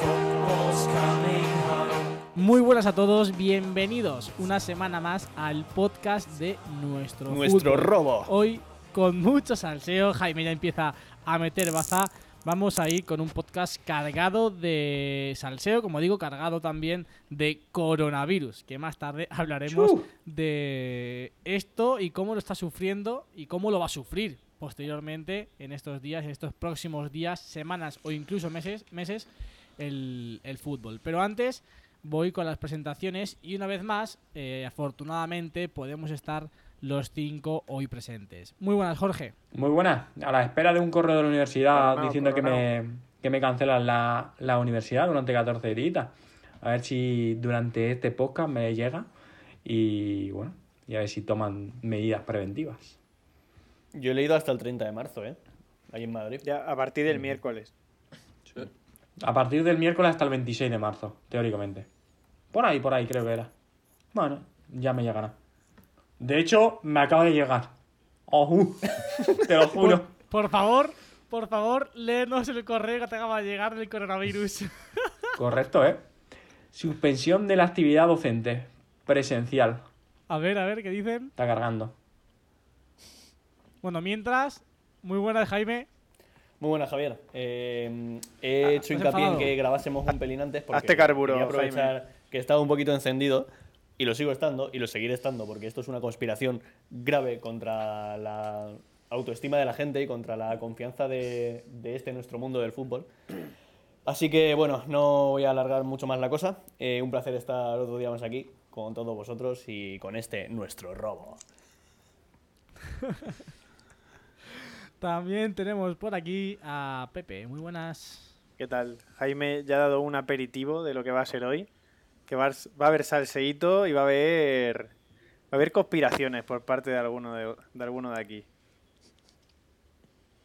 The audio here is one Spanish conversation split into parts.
football's coming home. Muy buenas a todos, bienvenidos una semana más al podcast de nuestro Nuestro fútbol. robo. Hoy con mucho salseo, Jaime ya empieza a meter baza. Vamos a ir con un podcast cargado de salseo, como digo, cargado también de coronavirus, que más tarde hablaremos de esto y cómo lo está sufriendo y cómo lo va a sufrir posteriormente en estos días, en estos próximos días, semanas o incluso meses, meses el, el fútbol. Pero antes voy con las presentaciones y una vez más, eh, afortunadamente, podemos estar los cinco hoy presentes. Muy buenas, Jorge. Muy buena. A la espera de un correo de la universidad diciendo que me, que me cancelan la, la universidad durante 14 días. A ver si durante este podcast me llega y bueno, y a ver si toman medidas preventivas. Yo he leído hasta el 30 de marzo, ¿eh? Ahí en Madrid. Ya, a partir del miércoles. A partir del miércoles hasta el 26 de marzo, teóricamente. Por ahí, por ahí creo que era. Bueno, ya me llegará. De hecho, me acaba de llegar. ¡Ojú! Te lo juro. Por favor, por favor, léenos el correo que te acaba de llegar del coronavirus. Correcto, ¿eh? Suspensión de la actividad docente presencial. a ver, a ver, ¿qué dicen? Está cargando. Bueno, mientras, muy buenas, Jaime. Muy buena, Javier. Eh, he hecho has hincapié en enfadado. que grabásemos un pelín antes porque Ah, pues hazte carburo, quería aprovechar que estaba un poquito encendido y lo sigo estando y lo seguiré estando porque esto es una conspiración grave contra la autoestima de la gente y contra la confianza de, de este nuestro mundo del fútbol. Así que bueno, no voy a alargar mucho más la cosa. Eh, un placer estar otro día más aquí con todos vosotros y con este nuestro robo. También tenemos por aquí a Pepe. Muy buenas. ¿Qué tal? Jaime ya ha dado un aperitivo de lo que va a ser hoy. Que va a, va a haber salseíto y va a haber. Va a haber conspiraciones por parte de alguno de, de alguno de aquí.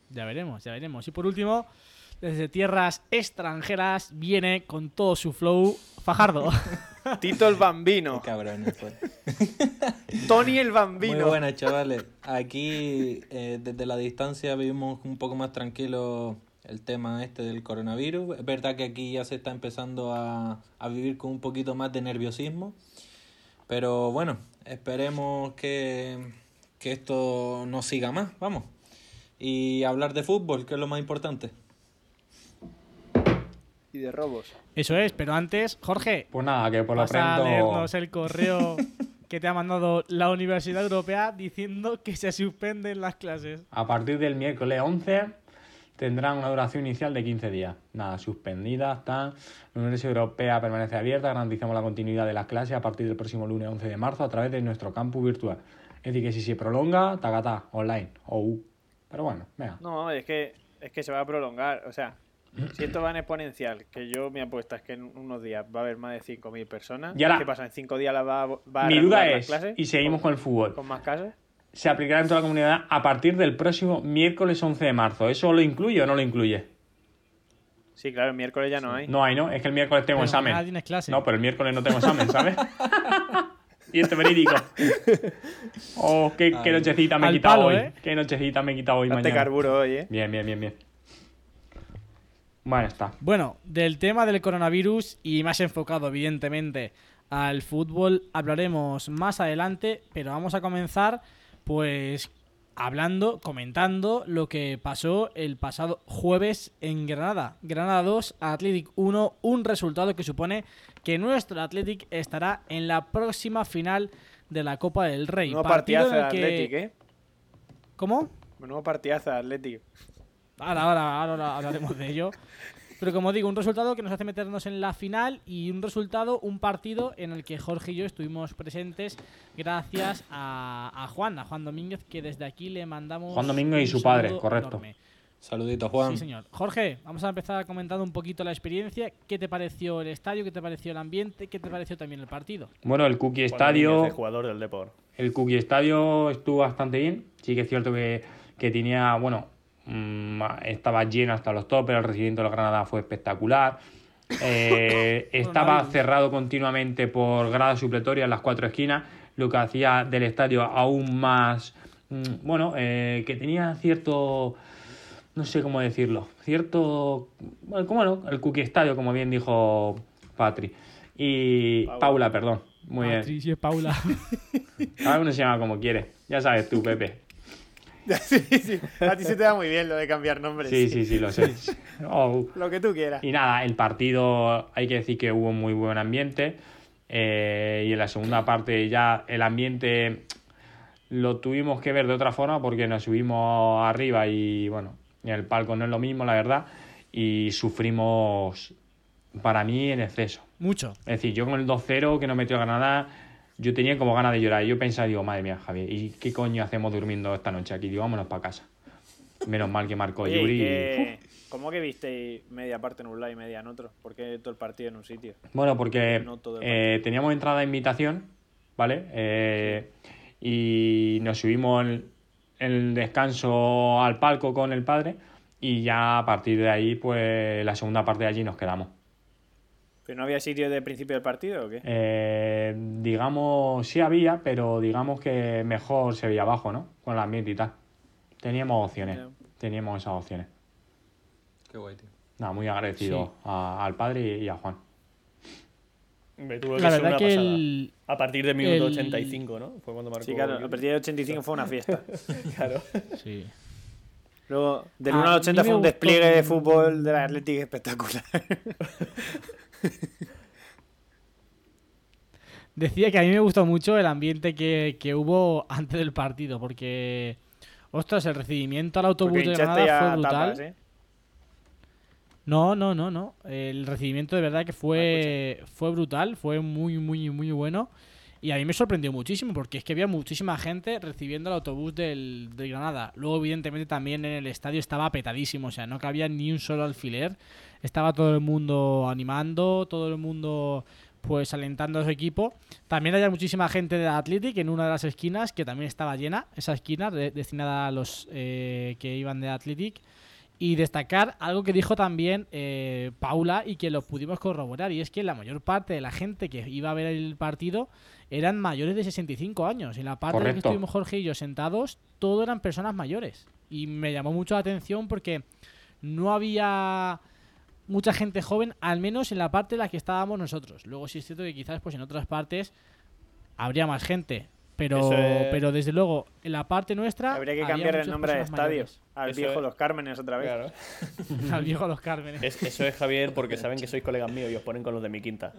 Ya veremos, ya veremos. Y por último, desde tierras extranjeras viene con todo su flow Fajardo. Tito el Bambino. Cabrón, fue. Tony el pues. Muy Bambino. buenas, chavales. Aquí, eh, desde la distancia, vivimos un poco más tranquilo el tema este del coronavirus. Es verdad que aquí ya se está empezando a, a vivir con un poquito más de nerviosismo. Pero bueno, esperemos que, que esto no siga más, vamos. Y hablar de fútbol, que es lo más importante. Y de robos. Eso es, pero antes, Jorge, Pues nada, que por lo vas a pronto. leernos el correo que te ha mandado la Universidad Europea diciendo que se suspenden las clases. A partir del miércoles 11 tendrán una duración inicial de 15 días. Nada, suspendida hasta la Universidad Europea permanece abierta. Garantizamos la continuidad de las clases a partir del próximo lunes 11 de marzo a través de nuestro campus virtual. Es decir, que si se prolonga, tacatá, online o Pero bueno, venga. No, es que, es que se va a prolongar. O sea, si esto va en exponencial, que yo mi apuesta es que en unos días va a haber más de 5.000 personas. Y ahora- ¿Qué pasa? ¿En 5 días la va, a- va a Mi duda reanudar las es, clases? y seguimos con el fútbol. ¿Con más casos? Se aplicará en toda la comunidad a partir del próximo miércoles 11 de marzo. ¿Eso lo incluye o no lo incluye? Sí, claro, el miércoles ya no hay. No hay, ¿no? Es que el miércoles tengo Pero examen. mañana tienes clase. No, pero el miércoles no tengo examen, ¿sabes? y este verídico. Oh, qué, qué nochecita me he Al quitado palo, hoy. ¿eh? Qué nochecita me he quitado hoy Date mañana. carburo hoy, ¿eh? Bien, bien, bien, bien. Bueno, está. Bueno, del tema del coronavirus y más enfocado, evidentemente, al fútbol, hablaremos más adelante, pero vamos a comenzar, pues, hablando, comentando lo que pasó el pasado jueves en Granada. Granada 2, Athletic 1, un resultado que supone que nuestro Athletic estará en la próxima final de la Copa del Rey. Menudo Partido partidazo en de el que- Athletic, ¿eh? ¿Cómo? Menudo partidazo de Athletic. Ahora, ahora, ahora, ahora hablaremos de ello. Pero como digo, un resultado que nos hace meternos en la final y un resultado, un partido en el que Jorge y yo estuvimos presentes gracias a, a Juan, a Juan Domínguez, que desde aquí le mandamos... Juan Domingo y un su padre, saludo correcto. enorme. Saluditos, Juan. Sí, señor. Jorge, vamos a empezar comentando un poquito la experiencia. ¿Qué te pareció el estadio? ¿Qué te pareció el ambiente? ¿Qué te pareció también el partido? Bueno, el Juan Cookie Domínguez, Estadio. el jugador del Depor. El Cookie Estadio estuvo bastante bien. Sí que es cierto que, que tenía, bueno, mm, estaba lleno hasta los topes, el recibimiento de la Granada fue espectacular. Eh, estaba Coronavirus. cerrado continuamente por gradas supletorias en las cuatro esquinas, lo que hacía del estadio aún más, mm, bueno, eh, que tenía cierto, no sé cómo decirlo, cierto, bueno, ¿cómo no? El Cookie Estadio, como bien dijo Patri. Y Paula, perdón. Muy bien. Patricio, Paula. Cada uno se llama como quiere. Ya sabes tú, Pepe. sí, sí. A ti se te da muy bien lo de cambiar nombres. Sí, sí, sí, lo sé. Oh. Lo que tú quieras. Y nada, el partido hay que decir que hubo muy buen ambiente. Eh, y en la segunda parte ya el ambiente lo tuvimos que ver de otra forma porque nos subimos arriba y bueno, en el palco no es lo mismo, la verdad. Y sufrimos, para mí, en exceso. Mucho. Es decir, yo con el 2-0 que nos metió Granada, yo tenía como ganas de llorar. Y yo pensaba, digo, madre mía, Javier, ¿y qué coño hacemos durmiendo esta noche aquí? Digo, vámonos para casa. Menos mal que marcó Oye, ¿y Yuri. qué- ¿Cómo que visteis media parte en un lado y media en otro? ¿Por qué todo el partido en un sitio? Bueno, porque No todo el eh, teníamos entrada de invitación, ¿vale? Eh, y nos subimos en en el descanso al palco con el padre y ya a partir de ahí, pues la segunda parte de allí nos quedamos. ¿Pero no había sitio de principio del partido o qué? Eh, digamos, sí había, pero digamos que mejor se veía abajo, ¿no? Con la ambiente y tal. Teníamos opciones, Ya. teníamos esas opciones. Qué guay, tío. Nada, muy agradecido Sí. a- al padre y a Juan. Me tuvo que La ser una verdad que pasada. el, A partir de minuto el- 85, ¿no? Fue cuando marcó. Sí, claro, el partido de 85 fue una fiesta. Claro. Sí. Luego, del A 1 al 80 mí me fue un gustó- despliegue de fútbol del Athletic espectacular. Decía que a mí me gustó mucho el ambiente que, que hubo antes del partido, porque. Ostras, el recibimiento al autobús Porque de hinchaste Granada fue ya brutal. tapas, ¿eh? No, no, no, no. El recibimiento de verdad que fue, fue brutal, fue muy, muy, muy bueno. Y a mí me sorprendió muchísimo porque es que había muchísima gente recibiendo el autobús del, del Granada. Luego, evidentemente, también en el estadio estaba petadísimo, o sea, no cabía ni un solo alfiler. Estaba todo el mundo animando, todo el mundo pues alentando a su equipo. También había muchísima gente del Athletic en una de las esquinas que también estaba llena, esa esquina de- destinada a los eh, que iban de Athletic. Y destacar algo que dijo también eh, Paula y que lo pudimos corroborar, y es que la mayor parte de la gente que iba a ver el partido eran mayores de 65 años. Y en la parte en la que Correcto. estuvimos Jorge y yo sentados, todo eran personas mayores. Y me llamó mucho la atención porque no había mucha gente joven, al menos en la parte en la que estábamos nosotros. Luego sí es cierto que quizás pues en otras partes habría más gente. Pero, Eso es- pero desde luego, en la parte nuestra. Habría que había cambiar el muchas nombre de personas estadio. mayores. Al Eso viejo es. Los Cármenes otra vez. claro. Al viejo Los Cármenes. Es- eso es Javier porque saben que sois colegas míos y os ponen con los de mi quinta.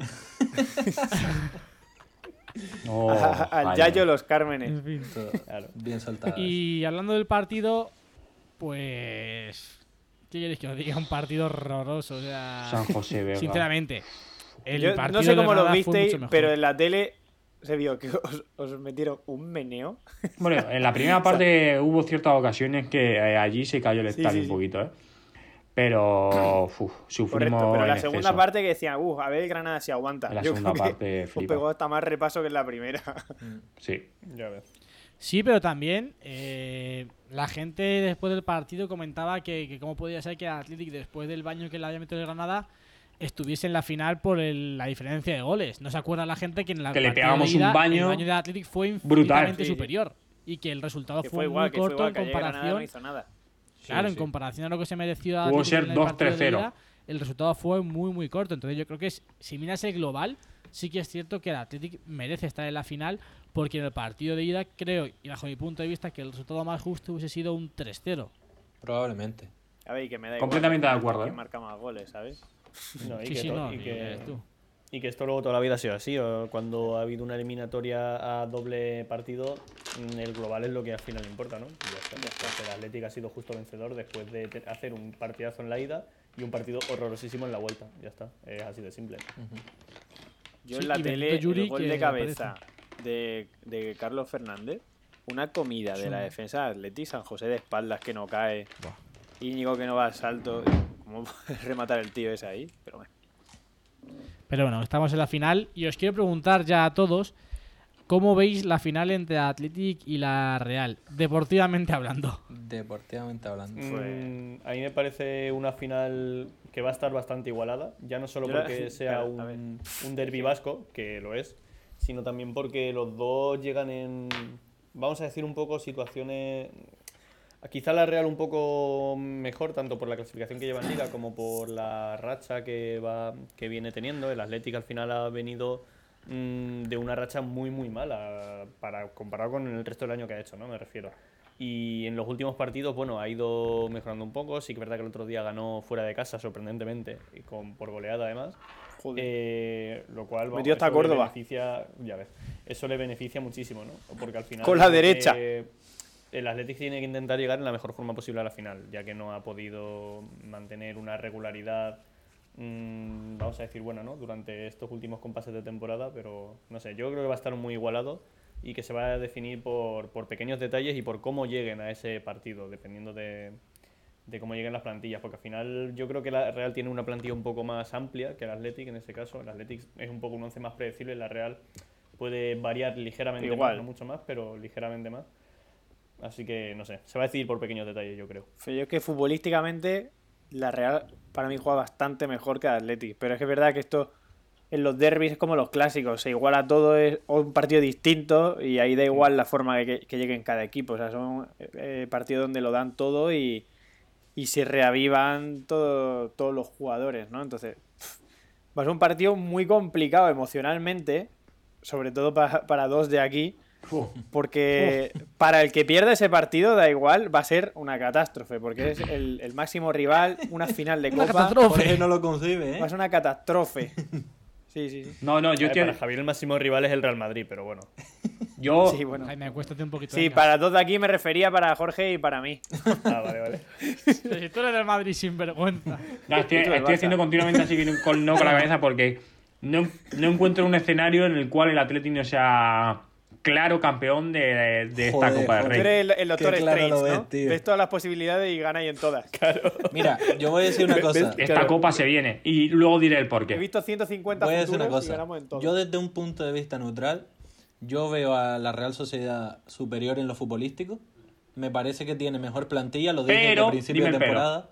Oh, Al vaya. Yayo Los Cármenes. En fin. Todo Claro. Bien saltado. Y hablando del partido, pues. ¿Qué queréis que os diga? Un partido horroroso. O sea, San José Vega. sinceramente. El Yo partido no sé de cómo lo Granada fue visteis, mucho mejor. pero en la tele se vio que os, os metieron un meneo. Bueno, en la primera parte hubo ciertas ocasiones que eh, allí se cayó el Sí, estadio sí, un sí. poquito, ¿eh? Pero uf, Correcto, sufrimos pero en la en segunda exceso. parte que decían, uff, a ver el Granada si aguanta. En la Yo segunda creo que parte, Os flipa. pegó hasta más repaso que en la primera. Sí. Ya ves. Sí, pero también eh, la gente después del partido comentaba que, que cómo podía ser que el Athletic, después del baño que le había metido el Granada, estuviese en la final por el- la diferencia de goles. No se acuerda la gente que en la Que le partida pegamos de un ida, baño el baño del Athletic fue brutal. infinitamente Sí, sí. superior y que el resultado que fue, fue muy igual, que fue corto igual, que en ayer Granada no comparación. hizo nada. Claro, Sí, en sí. comparación a lo que se mereció a Pudo Atlético ser en el partido de 2-3-0. ida, el resultado fue muy muy corto. Entonces yo creo que es- si miras el global, sí que es cierto que el Athletic merece estar en la final porque en el partido de ida creo, y bajo mi punto de vista, que el resultado más justo hubiese sido un 3-0. Probablemente. A ver, y que me da Completamente igual, de acuerdo, ¿Quién ¿eh? marca más goles, sabes? No, y Sí, que sí, to- no, y ni que- veas tú. Y que esto luego toda la vida ha sido así. o Cuando ha habido una eliminatoria a doble partido, mm, el global es lo que al final importa, ¿no? Y ya está. Pues El Atlético ha sido justo vencedor después de te- hacer un partidazo en la ida y un partido horrorosísimo en la vuelta. Ya está. Es así de simple. Yo Sí, en la y tele, bendito Yuri el gol que de cabeza de, de Carlos Fernández, una comida de la defensa de Atleti, San José de espaldas que no cae. Íñigo que no va al salto. ¿Cómo puede rematar el tío ese ahí? Pero bueno. Pero bueno, estamos en la final y os quiero preguntar ya a todos cómo veis la final entre Athletic y la Real, deportivamente hablando. Deportivamente hablando. Mm, a mí me parece una final que va a estar bastante igualada, ya no solo Yo la- porque sea Espera, a ver. un, un derbi vasco, que lo es, sino también porque los dos llegan en, vamos a decir, un poco situaciones... Quizá la Real un poco mejor, tanto por la clasificación que lleva en Liga como por la racha que, va, que viene teniendo. El Atlético al final ha venido mm, de una racha muy, muy mala para comparado con el resto del año que ha hecho, ¿no? Me refiero. Y en los últimos partidos, bueno, ha ido mejorando un poco. Sí que es verdad que el otro día ganó fuera de casa, sorprendentemente, y con, por goleada además. Eh, lo cual vamos, Metió hasta eso le Córdoba. beneficia- ya ves, eso le beneficia muchísimo, ¿no? Porque al final Con la yo creo derecha. que el Athletic tiene que intentar llegar en la mejor forma posible a la final, ya que no ha podido mantener una regularidad mm, vamos a decir, bueno, ¿no? Durante estos últimos compases de temporada, pero no sé, yo creo que va a estar muy igualado y que se va a definir por, por pequeños detalles y por cómo lleguen a ese partido, dependiendo de, de cómo lleguen las plantillas, porque al final yo creo que la Real tiene una plantilla un poco más amplia que el Athletic en ese caso, el Athletic es un poco un once más predecible, la Real puede variar ligeramente más, Igual. no mucho más, pero ligeramente más. Así que no sé, se va a decidir por pequeños detalles, yo creo. Pero yo es que futbolísticamente la Real para mí juega bastante mejor que el Atleti. Pero es que es verdad que esto en los derbis es como los clásicos. Se iguala todo, es un partido distinto y ahí da igual la forma que, que llegue en cada equipo. O sea, son eh, partidos donde lo dan todo y, y se reavivan todo- todos los jugadores, ¿no? Entonces, pff, va a ser un partido muy complicado emocionalmente, sobre todo pa- para dos de aquí. Porque para el que pierda ese partido, da igual, va a ser una catástrofe, porque es el, el máximo rival, una final de Una copa. catástrofe. Jorge no lo concibe, Va a ¿eh? ser una catástrofe. Sí, sí, sí. No, no, yo A ver, estoy. Eh, Para Javier el máximo rival es el Real Madrid, pero bueno. Yo, Oh, Sí, bueno. Jaime, acuéstate un poquito. Sí, venga. para dos de aquí me refería para Jorge y para mí. Ah, vale, vale. Pero Si tú eres del Madrid sin vergüenza. No, estoy, Escucho estoy el Barça. haciendo continuamente así que con no con la cabeza porque no, no encuentro un escenario en el cual el Atlético no sea claro campeón de, de- de esta Joder, Copa del Tú joder. Rey. eres el, el doctor Qué claro Strange, lo ves, ¿no? tío. Ves todas las posibilidades y ganas y en todas. Mira, yo voy a decir una cosa. Esta Copa se viene y luego diré el He porqué. visto 150 Voy a decir futuros una y cosa. ganamos en todas. Yo desde un punto de vista neutral, yo veo a la Real Sociedad superior en lo futbolístico. Me parece que tiene mejor plantilla, lo dije Pero, al principio dime de el pero. temporada.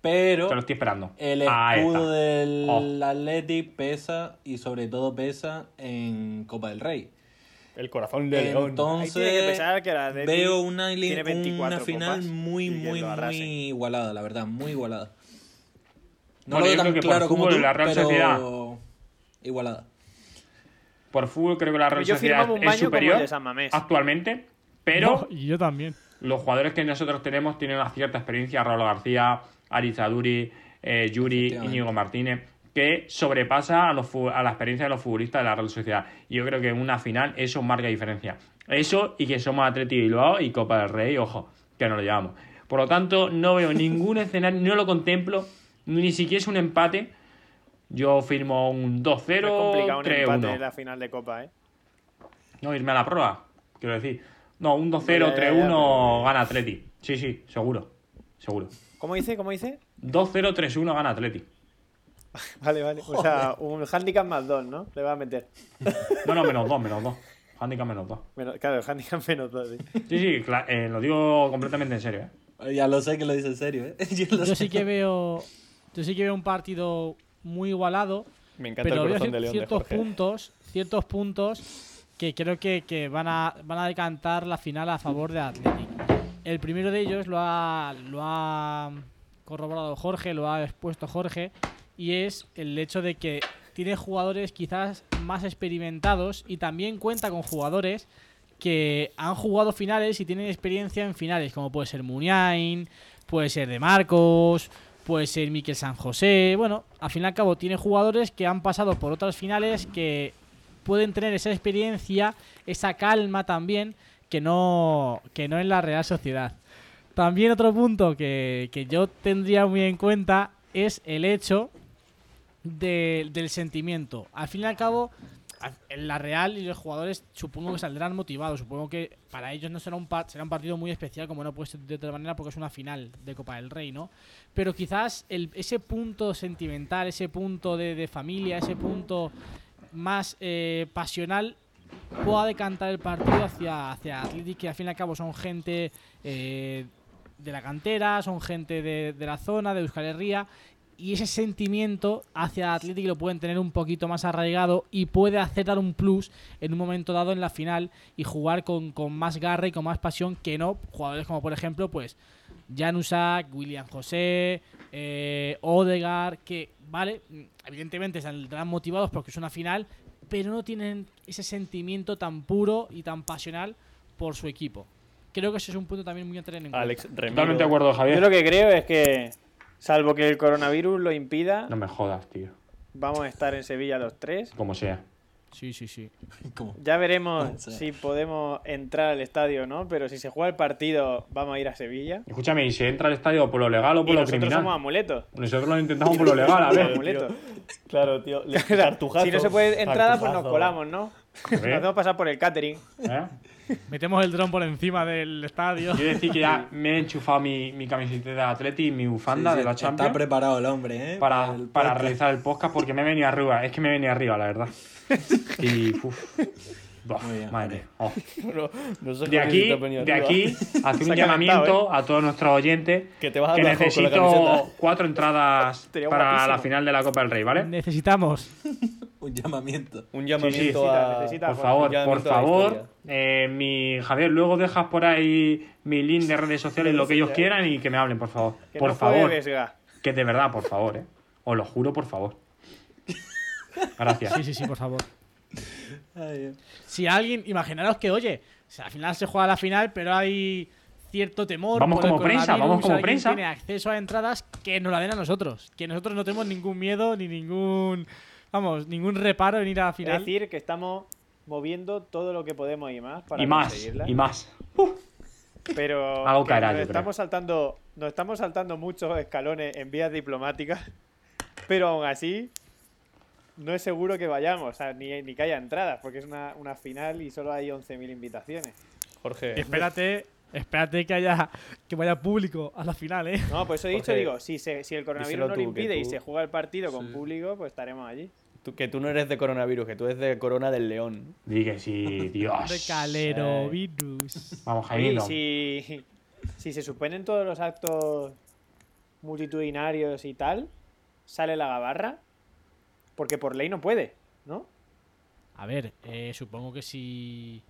Pero Te lo estoy esperando. Ah, el Ahí escudo está. del Oh. Atleti pesa y sobre todo pesa en Copa del Rey. El corazón de Eh, León. Ahí tiene que Entonces, pensar que la de veo una, li- tiene 24 una final copas muy, y que muy, lo arrasen. muy igualada, la verdad, muy igualada. No Bueno, yo lo veo tan creo que por claro como fútbol tú, la Real pero Sociedad- igualada. Por fútbol creo que la Real Yo Sociedad firmaba un baño es como el superior de San Mamés. actualmente, pero No, y yo también. los jugadores que nosotros tenemos tienen una cierta experiencia, Raúl García, Arizaduri, eh, Yuri, Efectivamente. Íñigo Martínez, que sobrepasa a, los, fu- a la experiencia de los futbolistas de la Real Sociedad. Y Yo creo que en una final eso marca diferencia. Eso y que somos Atleti Bilbao y Copa del Rey, ojo, que no lo llevamos. Por lo tanto, no veo ningún escenario, no lo contemplo, ni siquiera es un empate. Yo firmo un Es complicado 2-0, un empate 3-1. en la final de copa, ¿eh? No, irme a la prueba, quiero decir. No, un 2-0, Ya, ya, 3-1 ya, pero- gana Atleti. Sí, sí, seguro. Seguro. ¿Cómo dice? ¿Cómo dice? 2-0, 3-1 gana Atleti. Vale, vale. O sea, un handicap más dos, ¿no? Le va a meter. No, no, menos 2, menos 2. Handicap menos 2. Menos- claro, el handicap menos dos. sí. Sí, sí, cla- eh, lo digo completamente en serio. ¿eh? Ya lo sé que lo dice en serio, ¿eh? Yo lo Yo sé. sí que veo. Yo sí que veo un partido muy igualado. Me encanta Pero veo el corazón cier- de León de ciertos Jorge. puntos, ciertos puntos que creo que, que van, a, van a decantar la final a favor de Athletic. El primero de ellos lo ha, lo ha corroborado Jorge, lo ha expuesto Jorge, y es el hecho de que tiene jugadores quizás más experimentados y también cuenta con jugadores que han jugado finales y tienen experiencia en finales, como puede ser Muniain, puede ser De Marcos, puede ser Miquel San José. Bueno, al fin y al cabo, tiene jugadores que han pasado por otras finales que pueden tener esa experiencia, esa calma también, que no, que no en la Real Sociedad. También otro punto que, que yo tendría muy en cuenta es el hecho de- del sentimiento. Al fin y al cabo, en la Real y los jugadores supongo que saldrán motivados. Supongo que para ellos no será un, par- será un partido muy especial, como no puede ser de otra manera, porque es una final de Copa del Rey, ¿no? Pero quizás el- ese punto sentimental, ese punto de, de familia, ese punto más eh, pasional pueda decantar el partido hacia, hacia Athletic, que al fin y al cabo son gente eh, de la cantera, son gente de, de la zona, de Euskal Herria, y ese sentimiento hacia Athletic lo pueden tener un poquito más arraigado y puede hacer dar un plus en un momento dado en la final y jugar con, con más garra y con más pasión que no jugadores como por ejemplo pues Janusak, William José, eh, Odegaard, que vale, evidentemente saldrán motivados porque es una final, pero no tienen ese sentimiento tan puro y tan pasional por su equipo. Creo que ese es un punto también muy a tener en cuenta. Alex Remiro. Totalmente de acuerdo, Yo Javier. lo que creo es que, salvo que el coronavirus lo impida, No me jodas, tío. vamos a estar en Sevilla los tres. Como sea. Sí, sí, sí. Como- Ya veremos O sea. si podemos entrar al estadio o no, pero si se juega el partido, vamos a ir a Sevilla. Escúchame, y si entra al estadio por lo legal o Y por lo nosotros criminal. somos amuletos. Nosotros lo intentamos por lo legal, a Somos ver. amuletos. Claro, tío. le- Si no se cartujazo, puede entrada, pues nos cartujazo. colamos, ¿no? Nos ¿Eh? hacemos pasar por el catering. ¿Eh? Metemos el dron por encima del estadio. Quiero decir que ya me he enchufado mi, mi camiseta de Atleti y mi bufanda Sí, sí, de la Está Champions preparado el hombre, ¿eh? para, el para podcast. realizar el podcast porque me he venido arriba. Es que me he venido arriba, la verdad. Y, uff. Muy bien, madre mía. Oh. No, no sé De cómo aquí, te has venido de arriba. aquí, hacer Se ha un llamamiento calentado, a todos nuestros oyentes Que te vas a que dar con la necesito camiseta. cuatro entradas Estaría para la guapísimo. final de la Copa del Rey, ¿vale? Necesitamos. Un llamamiento. Un llamamiento Sí, sí. a. Necesita- Por Juanjo, favor, ya por meto la favor. historia. eh, mi Javier, luego dejas por ahí mi link de redes sociales, lo que ellos quieran y que me hablen, por favor. Que Por no juegue favor. Vesga. Que de verdad, por favor, ¿eh? Os lo juro, por favor. Gracias. Sí, sí, sí, por favor. Ay, Si alguien, imaginaros que, oye, o sea, al final se juega la final, pero hay cierto temor. Vamos por el como prensa, coronavirus, vamos como alguien prensa. Tiene acceso a entradas que nos la den a nosotros. Que nosotros no tenemos ningún miedo ni ningún. Vamos, ningún reparo en ir a la Es final. decir, que estamos moviendo todo lo que podemos y más para Y más, conseguirla. y más. Pero Algo que caerá, yo nos creo. estamos saltando, nos estamos saltando muchos escalones en vías diplomáticas, pero aún así no es seguro que vayamos, o sea, ni, ni que haya entradas, porque es una, una final y solo hay 11.000 invitaciones. Jorge. Espérate, espérate que haya que vaya público a la final, eh. No, por eso he dicho, Jorge, digo, si, se- si el díselo coronavirus no tú, lo que impide y tú- se juega el partido con Sí. público, pues estaremos allí. Tú- que tú no eres de coronavirus, que tú eres de corona del león. Dije, sí, De Dios. calero, virus. Vamos, Jaime. Y no. si, si se suspenden todos los actos multitudinarios y tal, sale la gabarra, porque por ley no puede, ¿no? A ver, eh, supongo que si.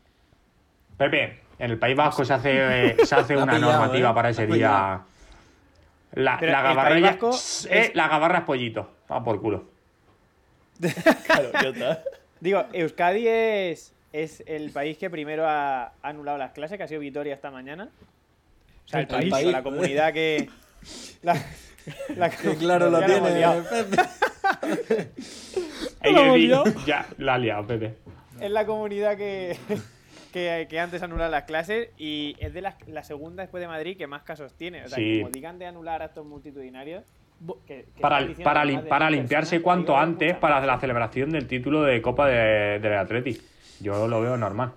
Pepe, en el País Vasco se hace, eh, se hace La ha una pillado, normativa ¿eh? para ese La ha día. La, Pero la el País gabarra ya- Vasco Shh, eh, es- la gabarra es pollito. Va por culo. Claro, ya está. Digo, Euskadi es, es el país que primero ha, ha anulado las clases, que ha sido Vitoria esta mañana. O sea, el, El país, país, o la joder. comunidad que. La, la Que claro lo ya la hemos tiene. liado. Pepe. Ey, la Eddie, volvió. ya, la ha liado, Pepe. Es la comunidad que, que, que antes anulado las clases y es de las- la segunda después de Madrid que más casos tiene. O sea, Sí. como digan de anular actos multitudinarios. que- que Para, están diciendo para, que lim- más de para mil limpiarse personas, cuanto digo, antes puta, para la celebración del título de Copa de, del Atleti. Yo lo veo normal.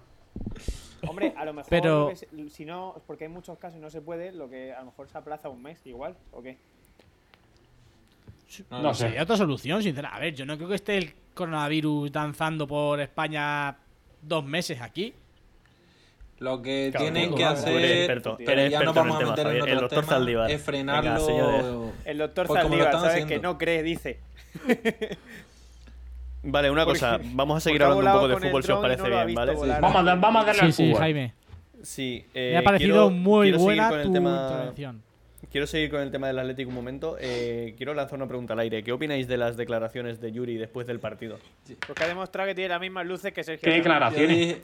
Hombre, a lo mejor. Pero- lo que se- si no, porque hay muchos casos y no se puede, lo que a lo mejor se aplaza un mes igual, ¿o qué? No, no sé. Sería otra solución, sincera. A ver, yo no creo que esté el coronavirus danzando por España dos meses aquí. Lo que Claro, tienen tú- que tú eres hacer. experto, pero eres ya experto no en vamos el tema, a meter en Javier. El otros doctor temas, Zaldívar. Es Venga, señores. frenarlo. El doctor Pues como lo Zaldívar, están ¿sabes? Que haciendo. no cree, dice. Vale, una Porque- cosa. Vamos a seguir porque ha hablando un poco volado de con el fútbol, si os dron y no parece lo ha bien, visto ¿vale? volar. Vamos, a- vamos a darle Sí, al sí, fútbol. Jaime. Sí, Me eh, ha parecido quiero- muy quiero seguir buena con el tu tema- intervención. Quiero seguir con el tema del Atlético un momento. Eh, quiero lanzar una pregunta al aire. ¿Qué opináis de las declaraciones de Yuri después del partido? Porque ha demostrado que tiene las mismas luces que Sergio. ¿Qué Ramos. Yo declaraciones? dije,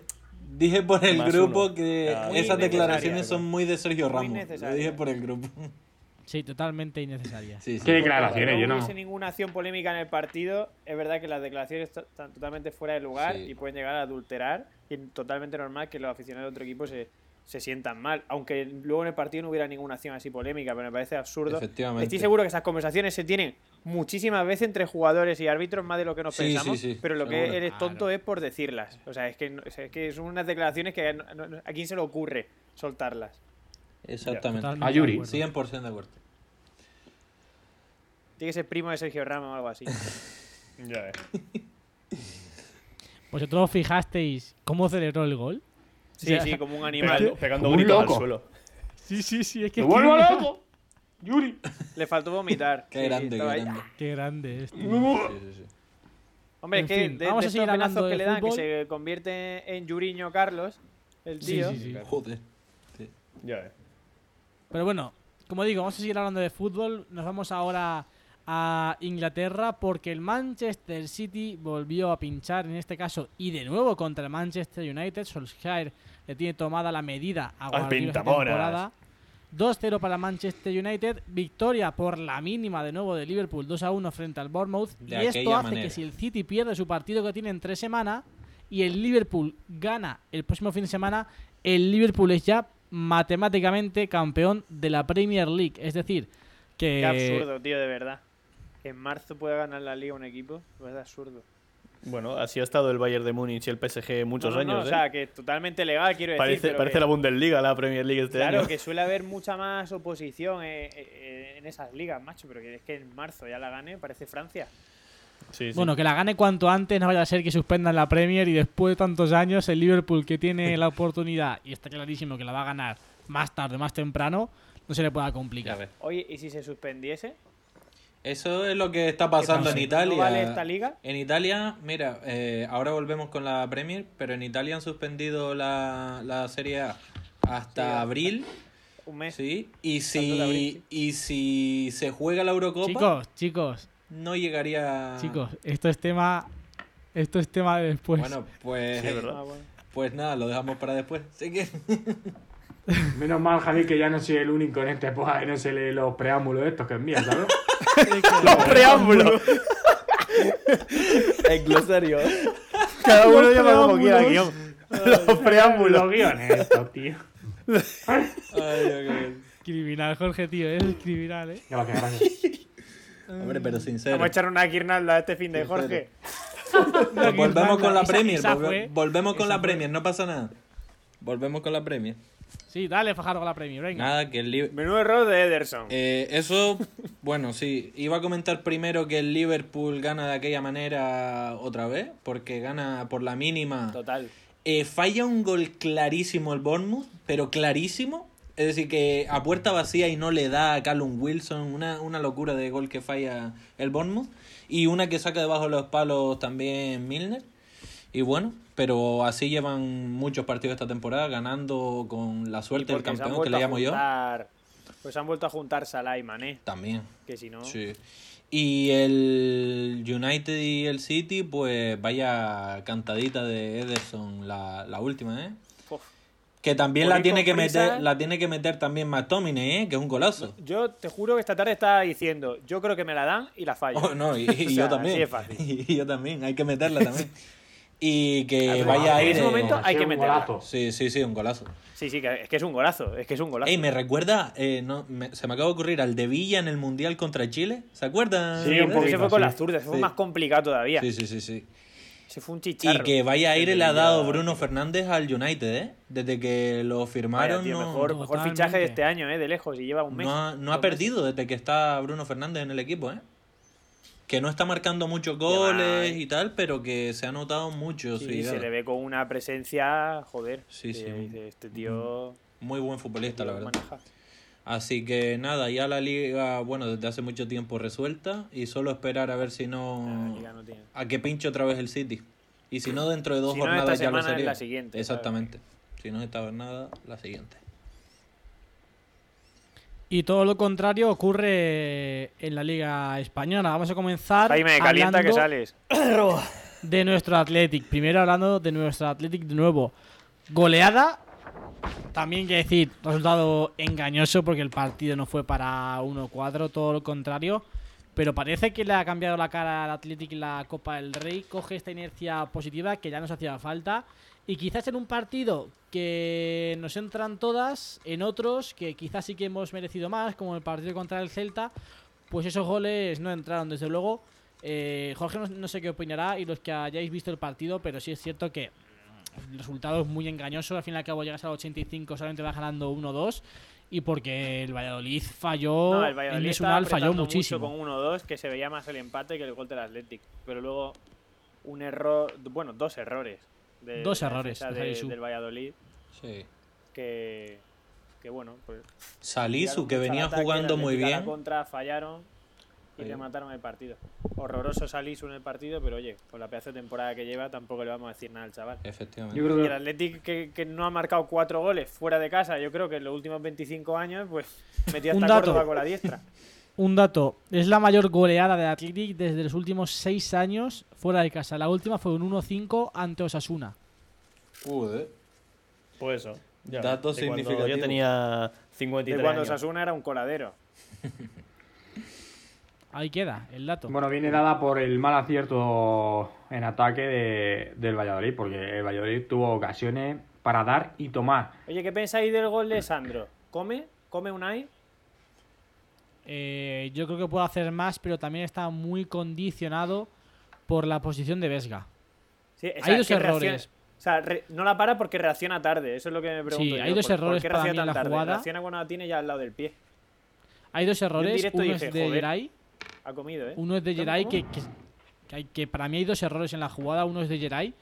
dije por el Más grupo uno. que Claro. esas Muy declaraciones necesaria, son muy de Sergio Muy Ramos. Lo necesaria. dije por el grupo. Sí, totalmente innecesaria. Sí, sí. ¿Qué declaraciones? no Yo no. hubiese ninguna acción polémica en el partido, es verdad que las declaraciones to- están totalmente fuera de lugar Sí. y pueden llegar a adulterar. Y es totalmente normal que los aficionados de otro equipo se, se sientan mal. Aunque luego en el partido no hubiera ninguna acción así polémica, pero me parece absurdo. Efectivamente. Estoy seguro que esas conversaciones se tienen muchísimas veces entre jugadores y árbitros, más de lo que nos Sí, pensamos, sí, sí, pero lo que seguro. eres tonto es por decirlas. O sea, es que, no- o sea, es que son unas declaraciones que no- no- a quién se le ocurre soltarlas. Totalmente Exactamente. A de Yuri. acuerdo. 100% de acuerdo. Tiene que ser primo de Sergio Ramos o algo así. Ya ves. ¿Vosotros fijasteis cómo celebró el gol? Sí, O sea, sí, como un Pegando, animal. pegando Como un gritos al loco. suelo. Sí, sí, sí, es que. ¡Me es vuelvo que- loco! ¡Yuri! Le faltó vomitar. Qué Sí, grande, qué estaba ahí. grande. Qué grande es. tío. Sí, sí, sí. Hombre, En es que fin, de, vamos de a seguir estos hablando pelazos que de le dan, fútbol. que se convierte en Yuriño Carlos, el Sí, tío. sí, sí. Joder. Ya eh. ves. Pero bueno, como digo, vamos a seguir hablando de fútbol. Nos vamos ahora a Inglaterra porque el Manchester City volvió a pinchar, en este caso, y de nuevo contra el Manchester United. Solskjaer le tiene tomada la medida a Guardiola esta pintamonas! temporada. 2-0 para Manchester United, victoria por la mínima de nuevo de Liverpool 2-1 frente al Bournemouth. De y esto aquella hace manera. que si el City pierde su partido que tiene en tres semanas y el Liverpool gana el próximo fin de semana, el Liverpool es ya matemáticamente campeón de la Premier League. Es decir, que... Qué absurdo, tío, de verdad. Que en marzo pueda ganar la liga un equipo, pues es absurdo. Bueno, así ha estado el Bayern de Múnich y el PSG muchos No, no, no, años. o ¿eh? sea, que es totalmente legal, quiero decir. parece pero parece que- la Bundesliga, la Premier League este Claro, año. que suele haber mucha más oposición eh, eh, en esas ligas, macho, pero que es que en marzo ya la gane, parece Francia. Sí, sí. Bueno, que la gane cuanto antes, no vaya a ser que suspendan la Premier y después de tantos años el Liverpool que tiene la oportunidad y está clarísimo que la va a ganar más tarde, más temprano, no se le pueda Ya complicar. ves. Oye, ¿y si se suspendiese? Eso es lo que está pasando pasa? en ¿No Italia. vale esta liga? En Italia, mira, eh, ahora volvemos con la Premier, pero en Italia han suspendido la, la Serie A hasta abril. Un mes. Sí, de y Eh. abril, si, y si se juega la Eurocopa, Chicos, chicos, no llegaría. chicos, esto es tema... Esto es tema de después. Bueno, pues, Sí, es verdad. Ah, bueno. pues nada, lo dejamos para después. Así que Menos mal, Javi, que ya no soy el único en este podcast que no se lee los preámbulos estos que envían, ¿sabes? ¡Los preámbulos! el glosario. Cada uno llama como quiera, guión. Los preámbulos. los guiones estos, tío. Criminal, Jorge, tío, eres criminal, ¿eh? Gracias, gracias. Hombre, Mm, pero Vamos a sincero. echar una guirnalda este fin de Sincero. Jorge. Una Volvemos guirnalda. con la Esa- Premier, esa volve- fue- volvemos con esa la fue- Premier, no pasa nada. Volvemos con la Premier. Sí, dale, Fajardo, con la Premier, venga. Nada, que el Liverpool. Menudo error de Ederson. Eh, eso, bueno, sí. Iba a comentar primero que el Liverpool gana de aquella manera otra vez, porque gana por la mínima. Total. Eh, falla un gol clarísimo el Bournemouth, pero clarísimo. Es decir, que a puerta vacía y no le da a Callum Wilson. Una, una locura de gol que falla el Bournemouth. Y una que saca debajo de los palos también Milner. Y bueno, pero así llevan muchos partidos esta temporada, ganando con la Y suerte del porque se han campeón, que vuelto le a llamo yo. juntar- Pues han vuelto a juntar Salah y Mané, También. que si no... Sí. Y el United y el City, pues vaya cantadita de Ederson, la, la última, ¿eh? Uf. Que también Por la ir con tiene que prisa. ¿eh? meter, la tiene que meter también McTominay, ¿eh? Que es un golazo. Yo te juro que esta tarde estaba diciendo, yo creo que me la dan y la fallo. Oh, no, y, y O sea, yo también. así de fácil. Y yo también, hay que meterla también. y que Además, vaya a en ir. ese eh, momento- hay que Un meterla. golazo. Sí, sí, sí, un golazo. Sí, sí, que es que es un golazo, es que es un golazo. Ey, me recuerda, eh, no, me- se me acaba de ocurrir al de Villa en el Mundial contra Chile. ¿Se acuerdan? Sí, un Pero ese poquito, fue con sí. las zurdas, ese fue Sí. más complicado todavía. Sí, sí, sí, sí. Se fue un Y chicharro. que vaya aire El le de ha dado Villa- Bruno Fernández al United, ¿eh? Desde que lo Vaya, firmaron tío, no, mejor, mejor Totalmente. fichaje de este año, eh, de lejos, y lleva un mes. no ha, no ha dos meses. perdido desde que está Bruno Fernández en el equipo, ¿eh? Que no está marcando muchos Lleva- goles y tal, pero que se ha notado mucho. eh. Sí, su llegada. se le ve con una presencia, joder. Sí, que sí. dice, Este tío, Muy buen futbolista, la tío verdad. maneja. Así que nada, ya la liga, bueno, desde hace mucho tiempo resuelta y solo esperar a ver si La no... liga no tiene. a que pinche otra vez el City. Y si no, dentro de dos Si no, jornadas esta ya lo semana es sería. la siguiente, ¿sabes? Exactamente. Si no, esta jornada, la siguiente. Y todo lo contrario ocurre en la Liga Española. Vamos a comenzar. Jaime, calienta que hablando sales. De nuestro Athletic. Primero hablando de nuestro Athletic de nuevo. Goleada. También que decir, resultado engañoso porque el partido no fue para 1-4, todo lo contrario. Pero parece que le ha cambiado la cara al Athletic en la Copa del Rey. Coge esta inercia positiva que ya nos hacía falta. Y quizás en un partido que nos entran todas, en otros que quizás sí que hemos merecido más, como el partido contra el Celta, pues esos goles no entraron, desde luego. Eh, Jorge no, no sé qué opinará y los que hayáis visto el partido, pero sí es cierto que mm, el resultado es muy engañoso. Al fin y al cabo llegas al 85, solamente vas ganando 1-2. Y porque el Valladolid falló, No, el en Valladolid Mesunal estaba falló apretando muchísimo. mucho con 1-2, que se veía más el empate que el gol del Athletic. Pero luego un error, bueno, dos errores. de Dos la errores defensa de de- Jalisú. del Valladolid Sí. que, que bueno, pues tiraron Salisu, mucho que al venía ataque, jugando el muy Athletic a la bien. contra fallaron y Ahí. le mataron el partido. Horroroso Salisu en el partido, pero oye, con la pedazo de temporada que lleva tampoco le vamos a decir nada al chaval. Efectivamente. Yo creo Y el que Athletic que, que no ha marcado cuatro goles fuera de casa, yo creo que en los últimos 25 años, pues metió Un hasta dato. Córdoba con la diestra. Un dato, es la mayor goleada del Athletic desde los últimos 6 años fuera de casa. La última fue un 1-5 ante Osasuna. Joder. Pues eso. ya ves, Datos de cuando Yo significativos. tenía 53 De cuando años. Sasuna era un coladero. Ahí queda el dato. bueno, viene dada por el mal acierto en ataque de- del Valladolid, porque el Valladolid tuvo ocasiones para dar y tomar. Oye, ¿qué pensáis del gol de Sandro? ¿Come? ¿Come Unai? Eh, yo creo que puedo hacer más, pero también está muy condicionado por la posición de Vesga. Sí, Hay dos es que errores. reacciona- o sea, re- no la para porque reacciona tarde. Eso es lo que me pregunto. Sí, yo, hay dos ¿por- por errores qué para mí reacciona en la tan tarde? jugada. Reacciona cuando la tiene ya al lado del pie. Hay dos errores, directo uno dije, es de "Joder". Geray, Ha comido, ¿eh? uno es de ¿Cómo, Geray cómo? que, que, que hay- que para mí hay dos errores en la jugada, uno es de Geray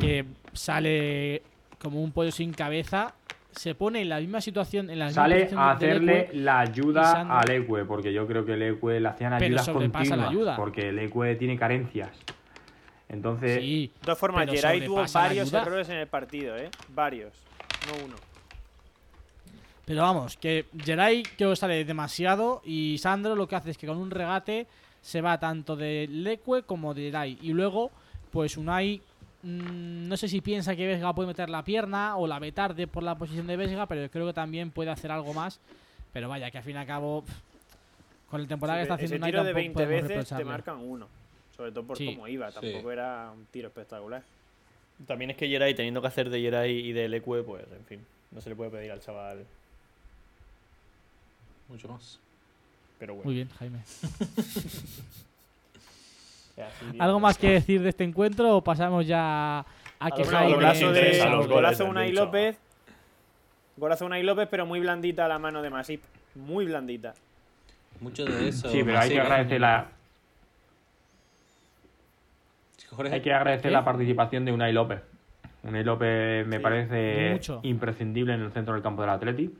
que sale como un pollo sin cabeza, se pone en la misma situación en la misma Sale posición a de- de hacerle Leque. la pisando. ayuda al Ecue, porque yo creo que el Ecue le hacían Pero ayudas sobrepasa continuas, la ayuda. porque el Ecue tiene carencias. Entonces, Sí, De todas formas, pero Geray tuvo sobrepasa la varios ayuda. errores en el partido, ¿eh? Varios. No uno. Pero vamos, que Geray que os sale demasiado y Sandro lo que hace es que con un regate se va tanto de Leque como de Geray. Y luego, pues Unai, mm, no sé si piensa que Vesga puede meter la pierna o la ve tarde por la posición de Vesga, pero yo creo que también puede hacer algo más. Pero vaya, que al fin y al cabo, pff, con la temporada que está haciendo Ese Unai tiro de tampoco 20 podemos veces te reprocharle. marcan uno. Sobre todo por Sí. cómo iba. Sí. Tampoco era un tiro espectacular. También es que Geray, teniendo que hacer de Geray y de Leque, pues, en fin, no se le puede pedir al chaval. Mucho más. Pero bueno. Muy bien, Jaime. es así, tío. ¿Algo más que decir de este encuentro o pasamos ya a que Bueno, Bueno, Jaime... golazo golazo de- de a los goles, golazo has Unai dicho. López. Golazo Unai López, pero muy blandita la mano de Masip. Muy blandita. Mucho de eso. sí, pero hay que Masip. agradecer la, Jorge, Hay que agradecer ¿Eh? la participación de Unai López. Unai López me Sí, parece mucho. imprescindible en el centro del campo del Atleti.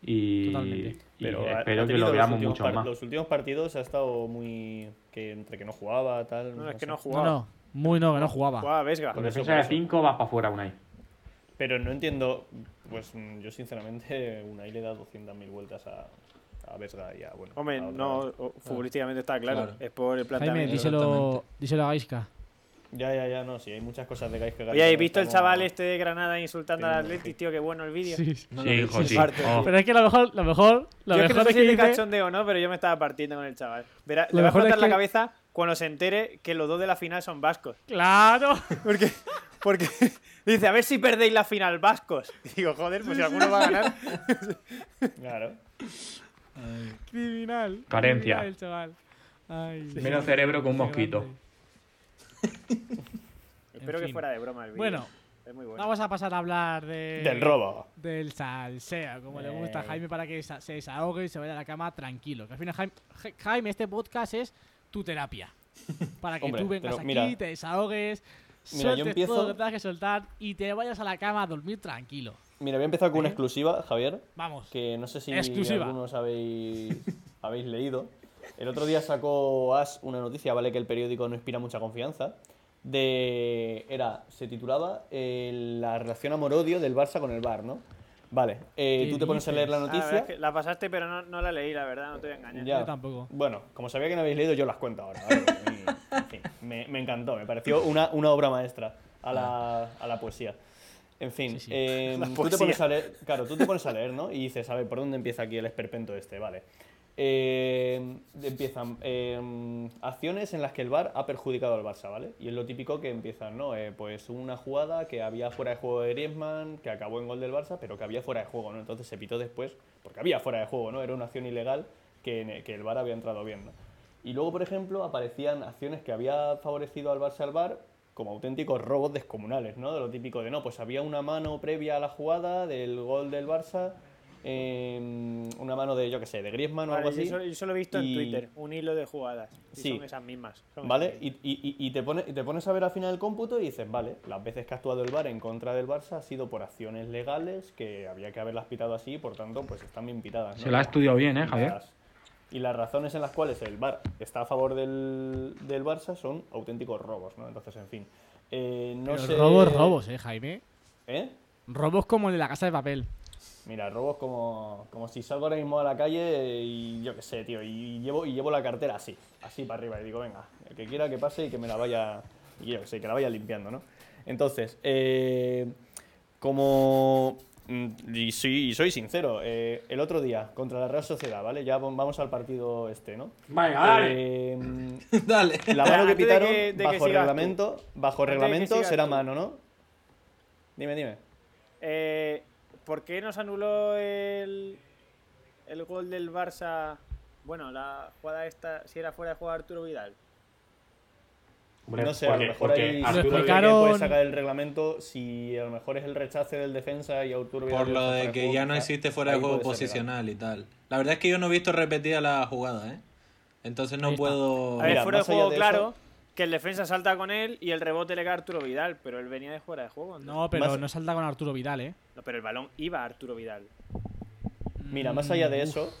Y, Totalmente. y Pero eh, ha- ha espero que tenido lo los veamos últimos mucho par- más. Los últimos partidos ha estado muy. que entre que no jugaba, tal. No, es que sé. no No, jugaba. no, muy no, que no jugaba. Jugaba Vesga. Con Por eso, defensa por de eso. 5 vas para afuera, Unai. Pero no entiendo. Pues mm, yo, sinceramente, Unai le da 200.000 vueltas a. a Vesga y a. Bueno, Hombre, a otra. no, o- Ah. futbolísticamente está claro. Claro. Es por el Jaime, planteamiento. díselo, exactamente. díselo a Gaisca. Ya, ya, ya, no, sí, hay muchas cosas de Gais que Oye, ¿habéis ¿habéis visto el chaval este de Granada insultando al Teniendo, Atlético, sí. tío? Qué bueno el vídeo. no Sí, lo hijo, dices. sí. parte, Oh. Pero es que lo mejor, lo mejor, lo yo es que mejor no sé es que si es de dice- cachondeo o no, pero yo me estaba partiendo con el chaval. Verá, Lo le va a mejor es cortar la que- cabeza cuando se entere que los dos de la final son vascos. Claro. Porque, porque dice, a ver si perdéis la final vascos. Y digo, joder, pues si alguno va a ganar. Claro. Criminal. Carencia. criminal el chaval. Ay, Menos cerebro que un mosquito. Espero que fin. fuera de broma el vídeo. Bueno, es muy bueno. vamos a pasar a hablar Eh, de... Del robo. Del salseo, como le gusta a Eh. Jaime para que sa- se desahogue y se vaya a la cama tranquilo. Que al final, Jaime, Ja- Jaime, este podcast es tu terapia. Para que Hombre, tú vengas pero aquí, mira. te desahogues, Mira, yo sueltes empiezo- todo lo que tengas que soltar y te vayas a la cama a dormir tranquilo. Mira, voy a empezar ¿eh? con una exclusiva, Javier. Vamos. que no sé si Exclusiva. algunos habéis, habéis leído. El otro día sacó As una noticia, vale que el periódico no inspira mucha confianza, de era se titulaba eh, la relación amor-odio del Barça con el Bar, ¿no? Vale, eh, ¿Qué tú te pones a leer la dices? Ah, la verdad noticia. es que la pasaste, pero no, no la leí, la verdad, no te voy a engañar. Ya. Yo tampoco. Bueno, como sabía que no habéis leído, yo las cuento ahora. ¿vale? Y, en fin, me, me encantó, me pareció una, una obra maestra a la, a la poesía. En fin, Ah. Sí, sí. eh, La tú te poesía. pones a leer, claro, tú te pones a leer, ¿no? Y dices, a ver, ¿por dónde empieza aquí el esperpento este? Vale. eh, empiezan eh, acciones en las que el VAR ha perjudicado al Barça, ¿vale? Y es lo típico que empiezan, ¿no? Eh, pues una jugada que había fuera de juego de Griezmann, que acabó en gol del Barça, pero que había fuera de juego, ¿no? Entonces se pitó después, porque había fuera de juego, ¿no? Era una acción ilegal que, en- que el VAR había entrado bien, ¿no? Y luego, por ejemplo, aparecían acciones que había favorecido al Barça al VAR como auténticos robos descomunales, ¿no? De lo típico de, no, pues había una mano previa a la jugada del gol del Barça, eh, una mano de, yo qué sé, de Griezmann o Vale, algo así. yo, solo, yo solo he visto y- en Twitter un hilo de jugadas. Y Sí. Son esas mismas. son esas ¿Vale? mismas. Y, y- y- y te, pone- y te pones a ver al final el cómputo y dices, vale, las veces que ha actuado el VAR en contra del Barça ha sido por acciones legales que había que haberlas pitado así y por tanto, pues están bien pitadas. ¿no? Se la ha estudiado bien, ¿eh, Y Javier? las- y las razones en las cuales el VAR está a favor del, del Barça son auténticos robos, ¿no? Entonces, en fin. eh, no Pero sé- robos, robos, eh, Jaime. ¿Eh? Robos como el de la casa de papel. Mira, robos como, como si salgo ahora mismo a la calle y yo qué sé, tío, y llevo, y llevo la cartera así, así para arriba, y digo, venga, el que quiera que pase y que me la vaya, y yo qué sé, que la vaya limpiando, ¿no? Entonces, eh, como... mm, Y soy, y soy sincero, eh, el otro día contra la Real Sociedad, ¿vale? Ya vom- vamos al partido este, ¿no? Venga, dale. Eh, Dale. la mano que Antes de pitaron que- de que bajo sigas reglamento, bajo Antes de que reglamento sigas será tú. mano, ¿no? Dime, dime. Eh, ¿Por qué nos anuló el, el gol del Barça? Bueno, la jugada esta, si era fuera de juego de Arturo Vidal. Hombre, no sé, a lo porque- mejor porque ahí Arturo Lo Vidal explicaron- puede sacar el reglamento si a lo mejor es el rechace del defensa y Arturo Vidal Por lo lo deja de fuera que juego, ya no quizá, existe fuera de ahí juego puede ser legal. posicional y tal. La verdad es que yo no he visto repetida la jugada, ¿eh? Entonces Ahí no está. puedo. A ver, Pues Mira, fuera de más allá juego, de claro, eso- que el defensa salta con él y el rebote le cae a Arturo Vidal, pero él venía de fuera de juego. entonces- No, pero Más- no salta con Arturo Vidal, eh. No, pero el balón iba a Arturo Vidal. Mira, más allá de eso,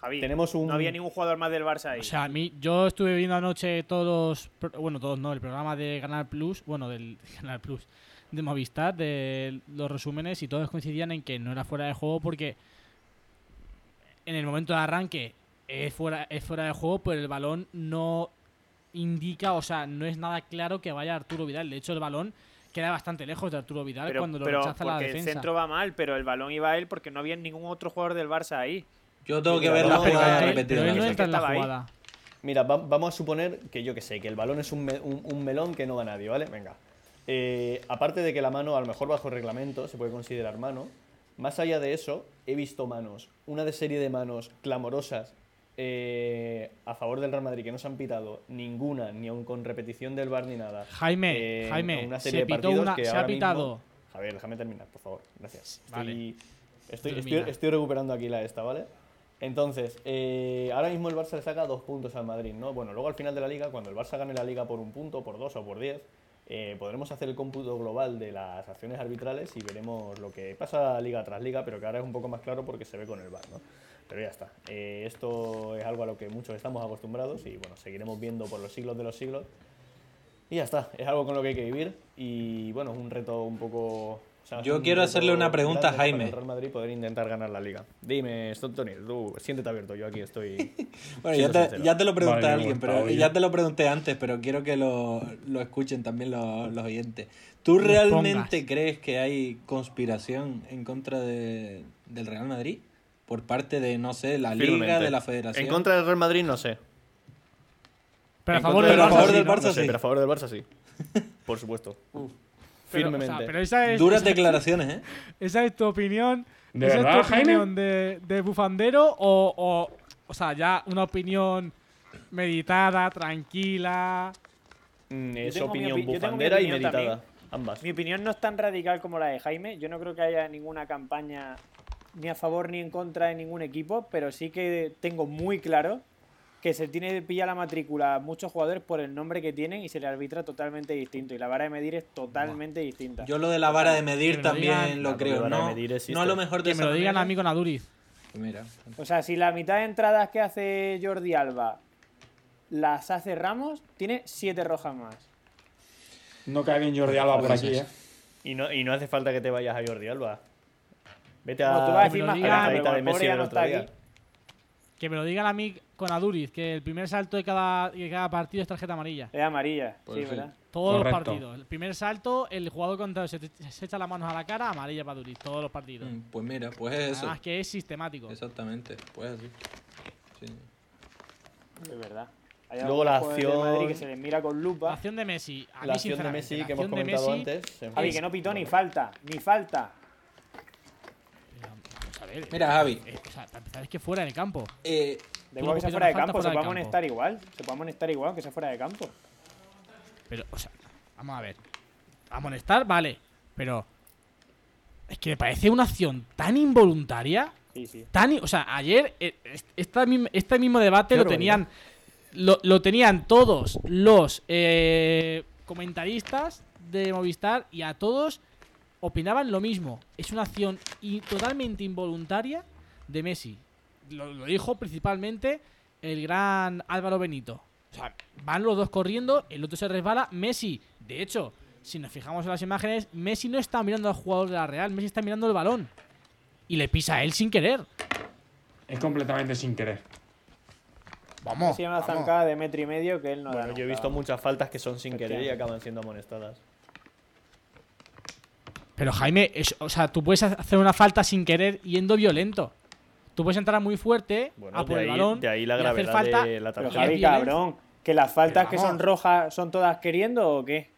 Javi, Tenemos un- no había ningún jugador más del Barça ahí. O sea, a mí, yo estuve viendo anoche todos, los pro- bueno, todos no, el programa de Canal Plus, bueno, del Canal Plus, de Movistar, de los resúmenes, y todos coincidían en que no era fuera de juego porque en el momento de arranque es fuera, es fuera de juego, pero el balón no indica, o sea, no es nada claro que vaya Arturo Vidal. De hecho, el balón queda bastante lejos de Arturo Vidal pero cuando lo pero rechaza la porque el defensa. centro va mal, pero el balón iba a él porque no había ningún otro jugador del Barça ahí. Yo tengo que Mira, ver la no, pero jugada él- repetida. pero él la no verdad. entra en la estaba ahí. jugada. mira, va- vamos a suponer que yo que sé, que el balón es un, me- un- un melón que no va nadie, ¿vale? Venga. Eh, aparte de que la mano, a lo mejor bajo reglamento, se puede considerar mano, más allá de eso, he visto manos, una de serie de manos clamorosas eh, a favor del Real Madrid que no se han pitado ninguna, ni aun con repetición del VAR ni nada. Jaime, eh, Jaime, en se de pitó partidos una- que se ha ahora mismo- pitado. Javier, déjame terminar, por favor. Gracias. Estoy, Vale. estoy, estoy- Termina. estoy recuperando aquí la esta, ¿vale? Entonces, eh, ahora mismo el Barça le saca dos puntos al Madrid, ¿no? Bueno, luego al final de la liga, cuando el Barça gane la liga por un punto, por dos o por diez, eh, podremos hacer el cómputo global de las acciones arbitrales y veremos lo que pasa liga tras liga, pero que ahora es un poco más claro porque se ve con el VAR, ¿no? Pero ya está. Eh, esto es algo a lo que muchos estamos acostumbrados y bueno, seguiremos viendo por los siglos de los siglos. Y ya está, es algo con lo que hay que vivir y bueno, es un reto un poco... o sea, es Yo un quiero reto hacerle una pregunta a grande, ¿no? para Jaime. el Real Madrid poder intentar ganar la liga. Dime, Tony, tú siéntete abierto, yo aquí estoy... Bueno, siendo ya te, sincero. ya te lo pregunté a Vale, alguien, Gustavo, pero yo. ya te lo pregunté antes, pero quiero que lo, lo escuchen también los, los oyentes. ¿Tú Nos realmente pongas. crees que hay conspiración en contra de, del Real Madrid? Por parte de, no sé, la Liga, Firmemente. de la Federación. En contra del Real Madrid no sé. Pero a En favor contra del pero Barça a favor sí, del ¿no? Barça No sé, sí. pero a favor del Barça sí. Por supuesto. Pero, o sea, Firmemente. pero esa es, Duras esa- declaraciones, ¿eh? esa es tu opinión. ¿De esa verdad, es tu Jaime? opinión de, de bufandero o, o. O sea, ya una opinión meditada, tranquila. Mm, Yo Es tengo mi opinión opi- yo tengo mi bufandera y opinión meditada. también. Ambas. Mi opinión no es tan radical como la de Jaime. Yo no creo que haya ninguna campaña ni a favor ni en contra de ningún equipo, pero sí que tengo muy claro que se tiene de pilla la matrícula a muchos jugadores por el nombre que tienen y se le arbitra totalmente distinto. Y la vara de medir es totalmente distinta. Yo lo de la vara de Que medir me lo también digan. lo La creo, vara de ¿no? medir existe. no a lo mejor de Que me lo esa digan a mí manera. con Aduriz. Mira. O sea, si la mitad de entradas que hace Jordi Alba las hace Ramos, tiene siete rojas más. No cae bien Jordi Alba por aquí, ¿eh? Y no, y no hace falta que te vayas a Jordi Alba. Vete a, No, tú vas a decir a más la cosas, carita pero de como el Messi pobre ya del no otro está día. aquí. Que me lo digan a mí con Aduriz. Que el primer salto de cada, de cada partido es tarjeta amarilla. Es amarilla, Pues sí, sí. ¿verdad? Todos Correcto. los partidos. El primer salto, el jugador contrario se, te- se echa las manos a la cara, amarilla para Aduriz. Mm, Todos los partidos. Ah, Mm, Pues mira, pues es eso. Además que es sistemático. Exactamente, pues así. Sí. Es verdad. Hay Luego la algunos jugadores de acción- Madrid que se les mira con La lupa. acción de Messi. A La mí, acción de sinceramente, Messi la que hemos acción de comentado Messi- antes. en Javi, fin. que no pitó ni falta, ni falta. Vamos a ver, eh, Mira, Javi. eh, o sea, para empezar, es que fuera de campo. Eh, Da Tú igual no que sea pitas una fuera de falta campo, fuera se de puede campo. amonestar igual. Se puede amonestar igual que sea fuera de campo. Pero, o sea, vamos a ver. Amonestar, vale. Pero. Es que me parece una acción tan involuntaria. Sí, sí. Tan, i- o sea, ayer eh, est- esta mim- este mismo debate Qué lo tenían. Lo, lo tenían todos los eh, comentaristas de Movistar y a todos opinaban lo mismo. Es una acción i- totalmente involuntaria de Messi. Lo, lo dijo principalmente el gran Álvaro Benito. O sea, van los dos corriendo, el otro se resbala, Messi. De hecho, si nos fijamos en las imágenes, Messi no está mirando al jugador de la Real, Messi está mirando el balón. Y le pisa a él sin querer. Es completamente sin querer. Vamos. Sí, una zancada de metro y medio que él no da. Bueno, yo he nunca. visto muchas faltas que son sin querer y Efectivamente. acaban siendo amonestadas. Pero Jaime, es- o sea, tú puedes hacer una falta sin querer yendo violento. Tú puedes entrar muy fuerte Bueno, Ah, a por de, el ahí, balón. de ahí la y hacer gravedad falta. de la Pero tarjeta. Javi, es violencia. cabrón, que las faltas Pero que vamos. son rojas son todas queriendo o qué?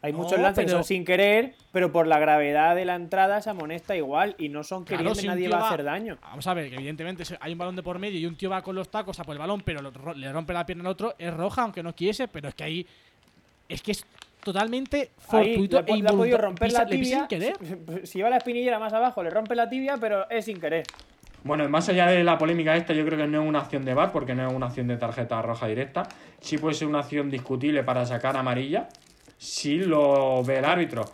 Hay No, muchos lances pero- que son sin querer, pero por la gravedad de la entrada se amonesta igual y no son Claro, queriendo si y un nadie tío va a va- hacer daño. Vamos a ver, que evidentemente si hay un balón de por medio y un tío va con los tacos a por el balón, pero lo ro- le rompe la pierna al otro, es roja, aunque no quiese, pero es que ahí. Es que es totalmente Ahí, fortuito le, po- e le ha podido involuntario. romper Pisa- la le pisa tibia. sin querer. Si, si va la espinillera más abajo, le rompe la tibia, pero es sin querer. Bueno, más allá de la polémica esta, yo creo que no es una acción de VAR porque no es una acción de tarjeta roja directa. Sí puede ser una acción discutible para sacar amarilla, si lo ve el árbitro.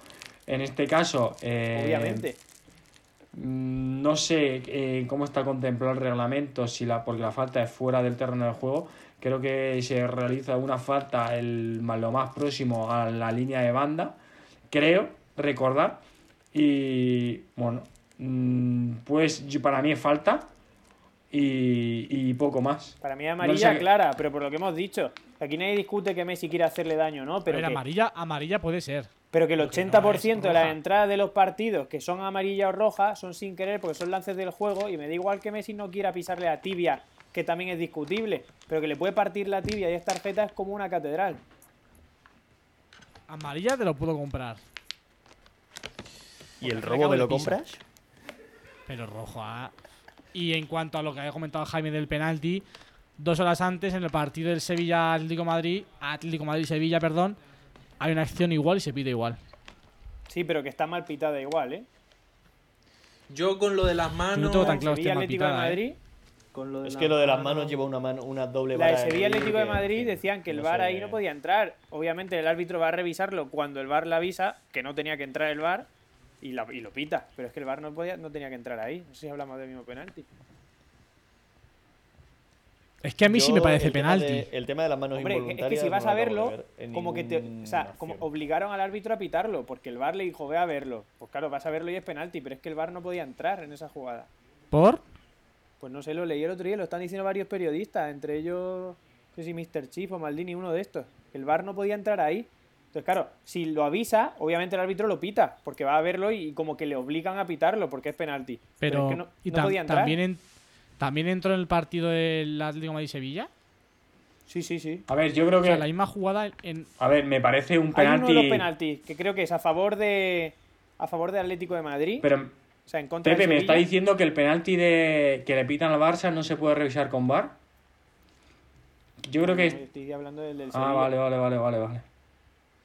En este caso, eh, Obviamente. Mm, No sé eh, cómo está contemplado el reglamento, si la, porque la falta es fuera del terreno de juego. Creo que se realiza una falta el, más- lo más próximo a la línea de banda, creo recordar. Y bueno, mm, pues yo- para mí es falta y, y poco más. Para mí No amarilla sé qué- clara, pero por lo que hemos dicho, aquí nadie discute que Messi quiere hacerle daño, ¿no? Pero A ver, que- amarilla, amarilla puede ser. Pero que el que no 80% es de las roja. entradas de los partidos que son amarillas o rojas son sin querer porque son lances del juego y me da igual que Messi no quiera pisarle la tibia, que también es discutible, pero que le puede partir la tibia y es tarjeta es como una catedral. Amarilla te lo puedo comprar. ¿Y el Porque robo acaba me el lo piso. compras? Pero roja. Y en cuanto a lo que había comentado Jaime del penalti, dos horas antes, en el partido del Sevilla Atlético Madrid, Atlético Madrid Sevilla, perdón, hay una acción igual y se pide igual. Sí, pero que está mal pitada igual, ¿eh? yo con lo de las manos. no tengo tan claro. esté Sevilla mal Atlético de pitada, ¿eh? Madrid, con lo Es que lo de las manos lleva una, mano, una doble la de vara en Sevilla el Atlético de que, Madrid en fin, decían que el no VAR sé. ahí no podía entrar. Obviamente el árbitro va a revisarlo cuando el VAR la avisa que no tenía que entrar el VAR y, la- y lo pita, pero es que el VAR no podía no tenía que entrar ahí. No sé si hablamos del mismo penalti. Es que a mí sí Yo, me parece el tema penalti. de- el tema de las manos Hombre, es que involuntarias si vas no a lo acabo de verlo, ver en como que te. O sea, ninguna como acción. obligaron al árbitro a pitarlo, porque el VAR le dijo, ve a verlo. Pues claro, vas a verlo y es penalti, pero es que el VAR no podía entrar en esa jugada. ¿Por? Pues no sé, lo leí el otro día, lo están diciendo varios periodistas, entre ellos, no sé si Mr. Chief o Maldini, uno de estos. El VAR no podía entrar ahí. Entonces, claro, si lo avisa, obviamente el árbitro lo pita, porque va a verlo y como que le obligan a pitarlo, porque es penalti. Pero, es que no, y no tam- podía entrar. también, en- también entró en el partido del Atlético Madrid Sevilla. Sí, sí, sí. A ver, yo creo O sea, la que. misma jugada en. A ver, me parece un Hay uno de los penalti. penaltis que creo que es a favor de. A favor de Atlético de Madrid. Pero O sea, en contra Pepe de me está Sevilla. diciendo que el penalti de que le pitan al Barça no se puede revisar con VAR. Yo creo que es- Estoy hablando del del Ah, Sevilla. vale, vale, vale, vale, vale.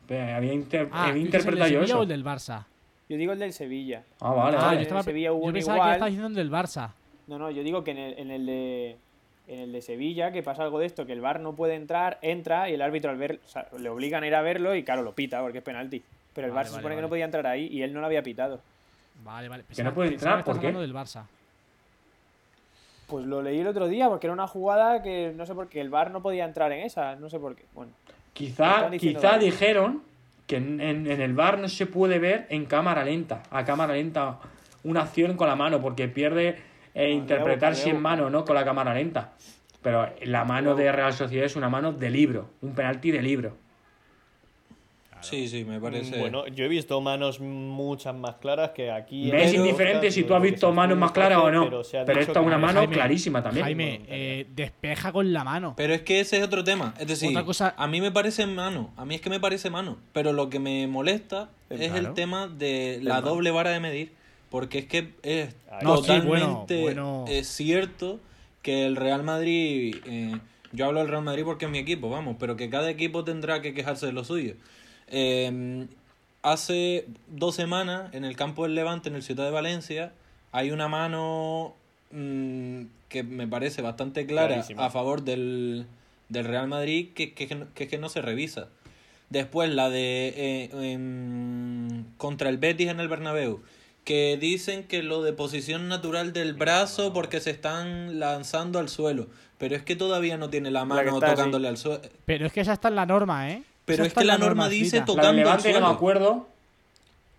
Ve, Había, inter- Ah, había ¿tú dices el interpretado del yo Sevilla eso. o el del Barça? Yo digo el del Sevilla. Ah, vale, Ah, vale. yo estaba. Sevilla hubo yo un pensaba que igual. estaba diciendo el del Barça. No, no, yo digo que en el, en el de en el de Sevilla que pasa algo de esto, que el VAR no puede entrar, entra y el árbitro al ver, o sea, le obligan a ir a verlo y claro, lo pita porque es penalti. Pero el Vale, VAR se vale, supone que vale. no podía entrar ahí y él no lo había pitado. Vale, vale. no pensaba puede entrar, que estabas ¿por qué? hablando del Barça. Pues lo leí el otro día porque era una jugada que no sé por qué el VAR no podía entrar en esa, no sé por qué. Bueno, Quizá, Están diciendo quizá vale. dijeron que en, en- en el bar no se puede ver en cámara lenta, a cámara lenta, una acción con la mano, porque pierde Ah, eh, interpretar si voy a es mano o no con la cámara lenta. Pero la mano de Real Sociedad es una mano de libro, un penalti de libro. Sí, sí, me parece. Mm, Bueno, yo he visto manos muchas más claras que aquí. Me es Pero- indiferente si tú has visto manos más claras o no. Pero esta es una mano clarísima también. Jaime, eh, despeja con la mano. Pero es que ese es otro tema. Es decir, Otra cosa- a mí me parece mano. A mí es que me parece mano. Pero lo que me molesta es el tema de la doble vara de medir. Porque es que es Ahí. No, sí, totalmente bueno, bueno. eh, cierto que el Real Madrid. eh, yo hablo del Real Madrid porque es mi equipo, vamos. Pero que cada equipo tendrá que quejarse de lo suyo. Eh, hace dos semanas, en el campo del Levante, en el Ciudad de Valencia, hay una mano mm, que me parece bastante clara Clarísima. a favor del, del Real Madrid, que, que, que- que no se revisa. Después la de eh, en- contra el Betis en el Bernabéu, que dicen que lo de posición natural del brazo porque se están lanzando al suelo, pero es que todavía no tiene la mano que está así. tocándole al suelo. Pero es que esa está en la norma, ¿eh? Esa Pero es está que en la norma dice normecita. La tocando de al Levante no me suelo. acuerdo.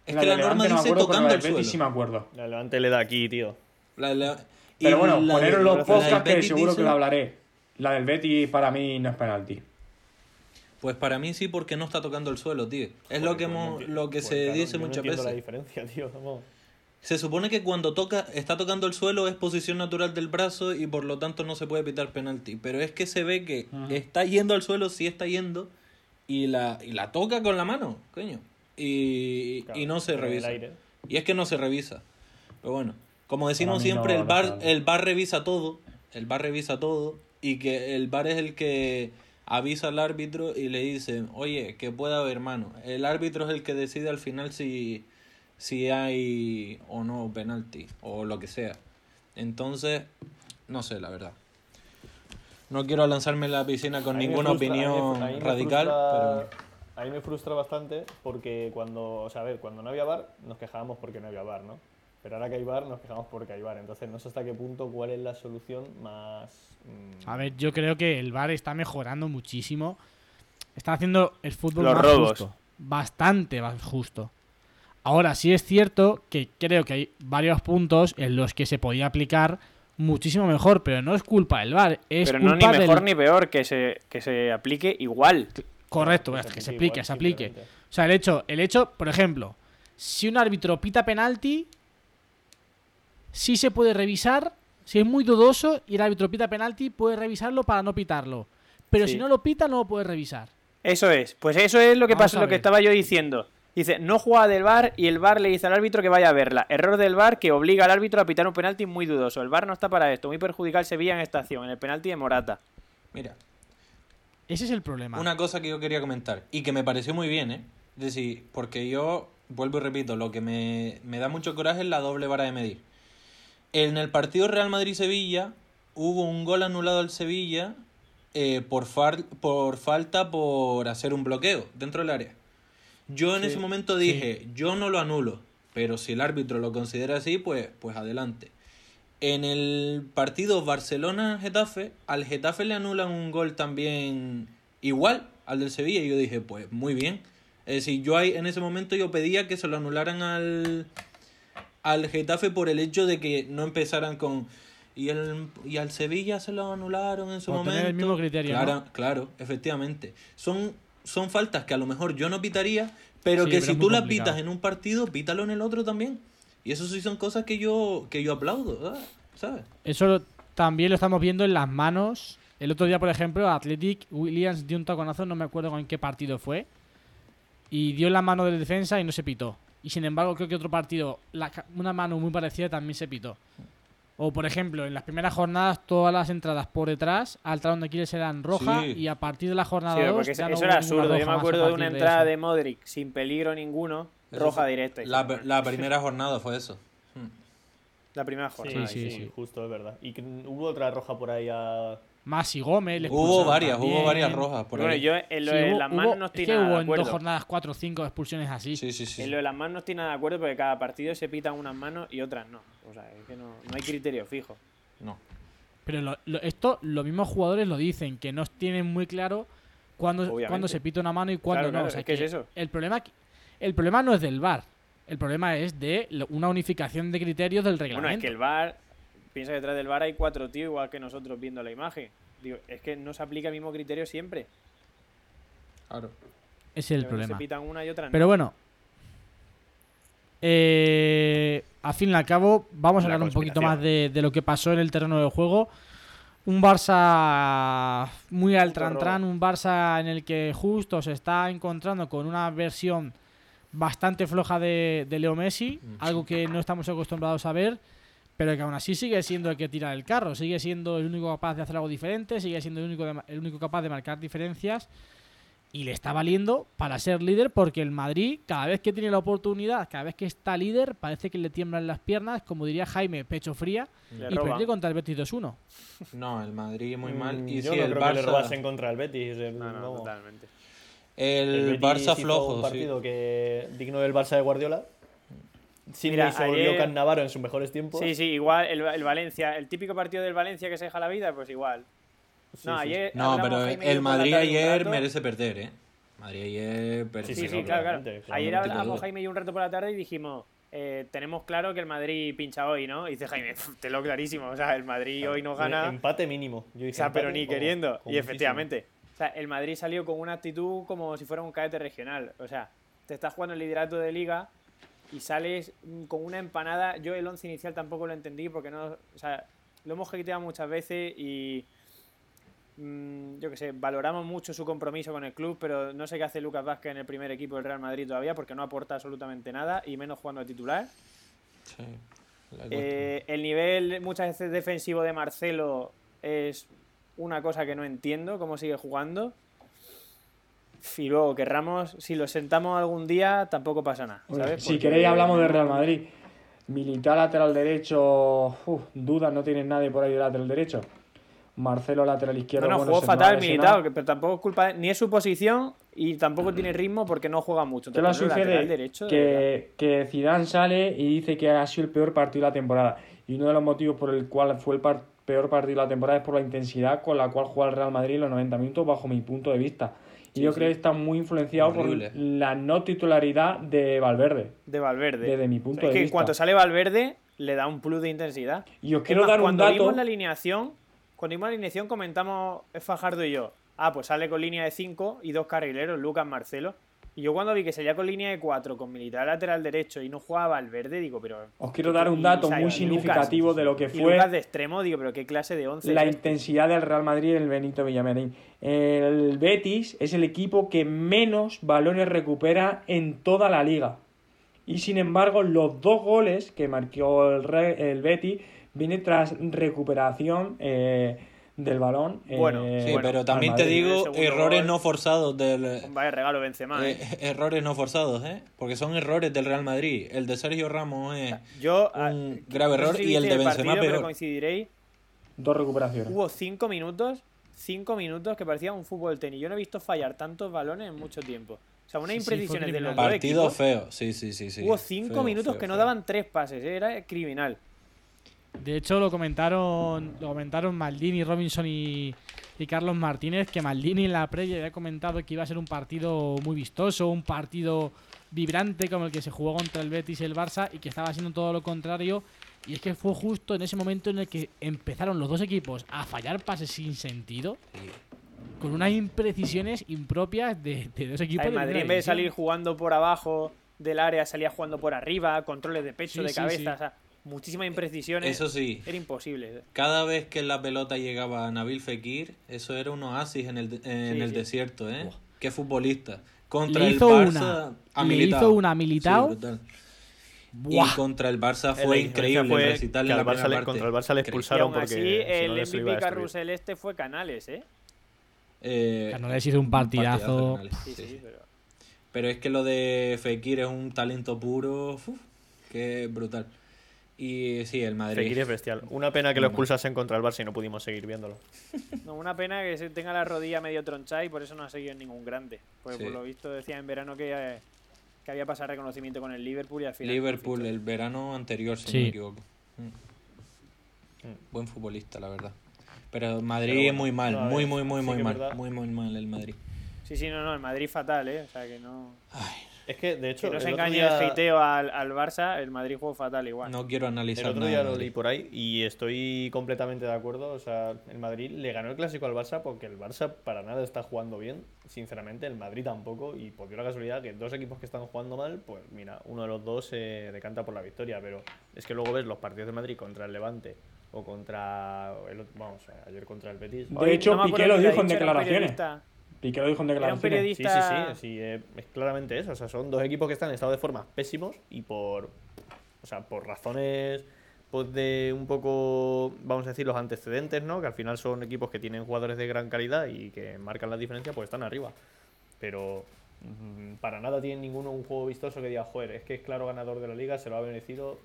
Es La que de la norma Levante no me dice acuerdo, pero tocando la al de Betis sí me suelo. acuerdo. La Levante le da aquí, tío. La- la- Pero y bueno, la de- poneros la los del podcasts que Betis seguro que dice- lo hablaré. La del Betty para mí no es penalti. Pues para mí sí, porque no está tocando el suelo, tío. Es lo que, Pues no hemos- enti- lo que pues se claro, dice yo no muchas entiendo la veces. diferencia, tío. vamos. Se supone que cuando toca, está tocando el suelo es posición natural del brazo y por lo tanto no se puede pitar penalti. Pero es que se ve que está yendo al suelo, sí está yendo, y la, y la toca con la mano, coño. Y, Claro, y no se en el revisa. aire. Y es que no se revisa. Pero bueno, como Para decimos mí siempre, no, el, no bar, está. el bar revisa todo. El bar revisa todo. Y que el bar es el que avisa al árbitro y le dice, oye, que pueda haber mano. El árbitro es el que decide al final si, si hay o no penalti o lo que sea. Entonces, no sé, la verdad. No quiero lanzarme en la piscina con A mí me ninguna frustra- a mí me- opinión a mí me radical. frustra- pero- A mí me frustra bastante porque cuando, o sea, a ver, cuando no había bar nos quejábamos porque no había bar, ¿no? Pero ahora que hay bar nos quejamos porque hay bar. Entonces no sé hasta qué punto cuál es la solución más... mm, A ver, yo creo que el VAR está mejorando muchísimo. Está haciendo el fútbol Los más robos. justo. Bastante más justo. Ahora sí es cierto que creo que hay varios puntos en los que se podía aplicar muchísimo mejor, pero no es culpa del VAR, es Pero no culpa ni mejor del... ni peor, que se, que se aplique igual. Correcto, Es hasta que se efectivo, aplique, es se aplique. simplemente. O sea, el hecho, el hecho, por ejemplo, si un árbitro pita penalti, sí se puede revisar, si es muy dudoso y el árbitro pita penalti, puede revisarlo para no pitarlo. Pero Sí. si no lo pita, no lo puede revisar. Eso es. Pues eso es lo que Vamos pasó, a lo que ver. estaba yo diciendo. Dice, no juega del bar y el bar le dice al árbitro que vaya a verla. Error del bar que obliga al árbitro a pitar un penalti muy dudoso. El bar no está para esto. Muy perjudicial Sevilla en esta acción, en el penalti de Morata. Mira, Ese es el problema. Una cosa que yo quería comentar y que me pareció muy bien, ¿eh? Es decir, porque yo, vuelvo y repito, lo que me, me da mucho coraje es la doble vara de medir. En el partido Real Madrid-Sevilla hubo un gol anulado al Sevilla eh, por, far- por falta por hacer un bloqueo dentro del área. Yo en ese momento dije, yo no lo anulo, pero si el árbitro lo considera así, pues, pues adelante. En el partido Barcelona-Getafe, al Getafe le anulan un gol también igual al del Sevilla. Y yo dije, pues muy bien. Es decir, yo ahí, en ese momento yo pedía que se lo anularan al, al Getafe por el hecho de que no empezaran con... Y, el, y al Sevilla se lo anularon en su Por momento. tener el mismo criterio, Clara- ¿no? Claro, efectivamente. Son, son faltas que a lo mejor yo no pitaría, pero Sí, que pero si es tú muy las complicado. pitas en un partido, pítalo en el otro también. Y eso sí son cosas que yo, que yo aplaudo, ¿verdad? ¿sabes? Eso lo- también lo estamos viendo en las manos. El otro día, por ejemplo, Athletic Williams dio un taconazo, no me acuerdo en qué partido fue. Y dio la mano de defensa y no se pitó. Y sin embargo, creo que otro partido, la ca- una mano muy parecida también se pitó. O, por ejemplo, en las primeras jornadas, todas las entradas por detrás al talón de Aquiles eran roja. Sí. Y a partir de la jornada Sí, 2, porque eso ya no eso hubo era ninguna absurdo. roja Yo me más a acuerdo de una partir entrada eso. de Modric sin peligro ninguno, Eso roja fue- directa. La, pr- la primera jornada fue eso. La primera Sí, jornada. sí, sí, sí. justo, es verdad. Y que hubo otra roja por ahí a... Masi Gómez. le Hubo expulsaron varias, hubo también. varias rojas por bueno, ahí. yo en lo Sí, de hubo- las hubo- manos no es estoy que nada de hubo en acuerdo. dos jornadas 4 o 5 expulsiones así. Sí, sí, sí. En lo de las manos no estoy nada de acuerdo porque cada partido se pitan unas manos y otras no. O sea, es que no, no hay criterio fijo. No. Pero lo- lo- esto, los mismos jugadores lo dicen, que no tienen muy claro cuándo, Obviamente. cuándo se pita una mano y cuándo Claro, no. claro, O sea, es que es que eso. El problema, que- el problema no es del VAR. El problema es de lo- una unificación de criterios del reglamento. Bueno, es que el VAR, piensa que detrás del VAR hay cuatro tíos igual que nosotros viendo la imagen. Digo, es que no se aplica el mismo criterio siempre. Claro. Ese es el Pero que problema. Se pitan una y otra no. Pero bueno. Eh, al fin y al cabo, vamos a La hablar un poquito más de, conspiración. de lo que pasó en el terreno de juego. Un Barça muy al trantrán, un Barça en el que justo se está encontrando con una versión bastante floja de, de Leo Messi, algo que no estamos acostumbrados a ver, pero que aún así sigue siendo el que tira el carro, sigue siendo el único capaz de hacer algo diferente, sigue siendo el único, de ma- el único capaz de marcar diferencias y le está valiendo para ser líder porque el Madrid, cada vez que tiene la oportunidad, cada vez que está líder, parece que le tiemblan las piernas, como diría Jaime, pecho fría, Le y roban. perdió contra el Betis 2-1. No, el Madrid muy Mm, mal. Y yo sí, no el creo que le Barça. robasen contra el Betis. eh, No, no, vamos. totalmente. El, Betis hizo Barça Un flojo, sí. partido que digno del Barça de Guardiola. Sin Mira, Mira, hizo ayer- Ryokan Navarro en sus mejores tiempos. Sí, sí, igual el, el Valencia, el típico partido del Valencia que se deja la vida, pues igual. Sí, No, sí, ayer No, hablamos, pero Jaime y yo, el por la Madrid tarde un ayer rato. merece perder, ¿eh? Madrid ayer Sí, perdió. Sí, sí, no, claro, claro. claramente, Ayer claramente, hablamos claro. Jaime y yo un rato por la tarde y dijimos, eh, tenemos claro que el Madrid pincha hoy, ¿no? Y dice Jaime, te lo clarísimo, o sea, el Madrid hoy no Tiene gana, Eh, Empate mínimo. Yo o dije sea, pero empate ni como- queriendo. como Y muchísimo. efectivamente, o sea, el Madrid salió con una actitud como si fuera un cadete regional, o sea, te estás jugando el liderato de liga y sales mm, con una empanada. Yo el once inicial tampoco lo entendí porque no, o sea, lo hemos hateado muchas veces y mm, yo qué sé, valoramos mucho su compromiso con el club, pero no sé qué hace Lucas Vázquez en el primer equipo del Real Madrid todavía porque no aporta absolutamente nada y menos jugando de titular. Sí, la cuestión. Eh, el nivel muchas veces defensivo de Marcelo es una cosa que no entiendo, cómo sigue jugando. Y luego que Ramos, si lo sentamos algún día, tampoco pasa nada. Bueno, ¿sabes? si Porque- queréis hablamos del Real Madrid. Militar lateral derecho, uf, dudas no tienen nadie por ahí de lateral derecho. Marcelo lateral No, izquierdo. no, bueno, jugó se nos ha fatal lesionado. Militao, que- pero tampoco es culpa de- ni es su posición y tampoco Mm. tiene ritmo porque no juega mucho. ¿Qué le Entonces, el sucede? lateral derecho, de verdad. que, que Zidane sale y dice que ha sido el peor partido de la temporada. Y uno de los motivos por el cual fue el par- peor partido de la temporada es por la intensidad con la cual juega el Real Madrid en los 90 minutos, bajo mi punto de vista. Y yo creo que está muy influenciado Horrible. por la no titularidad de Valverde. de Valverde. desde mi punto es de que en vista. cuanto sale Valverde, le da un plus de intensidad. Y os Es quiero más, dar un cuando dato. vimos la alineación, cuando vimos la alineación comentamos eh, Fajardo y yo. Ah, pues sale con línea de 5 y dos carrileros, Lucas Marcelo. Y yo cuando vi que salía con línea de 4 con militar lateral derecho y no jugaba al verde, digo, pero Os quiero dar un y dato Isaac, muy y significativo de lo que y fue Lucas de extremo, digo, pero qué clase de 11 la intensidad del Real Madrid en el Benito Villamarín. El Betis es el equipo que menos balones recupera en toda la liga. Y sin embargo, los dos goles que marcó el, Re- el Betis viene tras recuperación eh, del balón. eh, Bueno, Sí, bueno, pero al también te Madrid. digo el segundo errores gol. no forzados del Vaya regalo Benzema, ¿eh? eh, errores no forzados, ¿eh? Porque son errores del Real Madrid. El de Sergio Ramos es Yo ah, un grave no sé error si y el visteis de Benzema partido, pero peor. coincidiréis Dos recuperaciones. Hubo cinco minutos, cinco minutos que parecía un fútbol tenis. Yo no he visto fallar tantos balones en mucho tiempo. O sea, unas Sí, sí, fue imprecisiones de los dos Partido equipos. feo, sí, sí, sí, sí. Hubo cinco Feo, minutos feo, que no feo. daban tres pases, ¿eh? era criminal. De hecho, lo comentaron, lo comentaron Maldini, Robinson y, y Carlos Martínez, que Maldini en la previa había comentado que iba a ser un partido muy vistoso, un partido vibrante como el que se jugó contra el Betis y el Barça y que estaba haciendo todo lo contrario. Y es que fue justo en ese momento en el que empezaron los dos equipos a fallar pases sin sentido, con unas imprecisiones impropias de, de dos O sea, equipos. el de Madrid, primera en vez de división. salir jugando por abajo del área, salía jugando por arriba, controles de pecho, Sí, de sí, cabeza, sí. o sea, muchísimas imprecisiones. Eso sí, Era imposible. cada vez que la pelota llegaba a Nabil Fekir, eso era un oasis en el, en Sí, el sí. desierto, ¿eh? Qué futbolista. Contra Le el hizo Barça una, a le Militao. hizo una a Sí, Militao. brutal. ¡Buah! Y contra el Barça La fue diferencia increíble fue el recital que en la al Barça primera le- parte. contra el Barça le Y Increíble. expulsaron aún porque así, si no, el eso iba a MVP destruir. carrusel este fue Canales, ¿eh? Eh, Canales hizo un partidazo. de penales, Sí, sí, sí. sí, pero... Pero es que lo de Fekir es un talento puro, uf, que es brutal. Y sí, el Madrid. Fekir es bestial. Una pena que lo expulsasen contra el Barça y no pudimos seguir viéndolo. No, una pena que se tenga la rodilla medio tronchada y por eso no ha seguido en ningún grande. Porque Sí. por lo visto decía en verano que, eh, que había pasado reconocimiento con el Liverpool y al final. Liverpool el verano anterior, si no Sí. me equivoco. Mm. Buen futbolista, la verdad. Pero Madrid es muy mal, no, muy, es- muy, muy, sí muy que es mal. verdad. Muy, muy mal el Madrid. Sí, sí, no, no, el Madrid fatal, ¿eh? O sea que no. Es que, de hecho, Que no se el otro engañe día- el hateo al, al Barça, el Madrid jugó fatal igual. No quiero El analizar otro nada. día lo Madrid. leí por ahí y estoy completamente de acuerdo. O sea, el Madrid le ganó el clásico al Barça porque el Barça para nada está jugando bien, sinceramente. El Madrid tampoco. Y por dio la casualidad que dos equipos que están jugando mal, pues mira, uno de los dos se decanta por la victoria. Pero es que luego ves los partidos de Madrid contra el Levante o contra. El, otro- vamos, ayer contra el Betis. De hecho, me acuerdo Piqué lo dijo quién en dicho, era un declaraciones. periodista- Piqué lo dijo en Era un declaraciones. Sí, sí, periodista. sí, sí, eh, es claramente eso. O sea, son dos equipos que están en estado de forma pésimos y por, o sea, por razones pues de un poco, vamos a decir, los antecedentes, ¿no? Que al final son equipos que tienen jugadores de gran calidad y que marcan la diferencia, pues están arriba. Pero mm, para nada tienen ninguno un juego vistoso que diga, joder, es que es claro ganador de la liga, se lo ha merecido.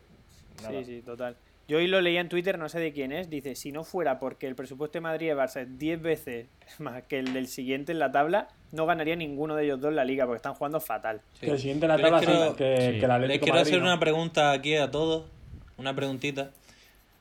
Nada. Sí, sí, total. Yo hoy lo leía en Twitter, no sé de quién es, dice, si no fuera porque el presupuesto de Madrid y el Barça es 10 veces más que el del siguiente en la tabla, no ganaría ninguno de ellos dos la liga porque están jugando fatal. Sí. Que el siguiente en la Yo les tabla quiero- sí, que, sí. que la Les Atlético quiero Madrid, hacer ¿no? una pregunta aquí a todos, una preguntita.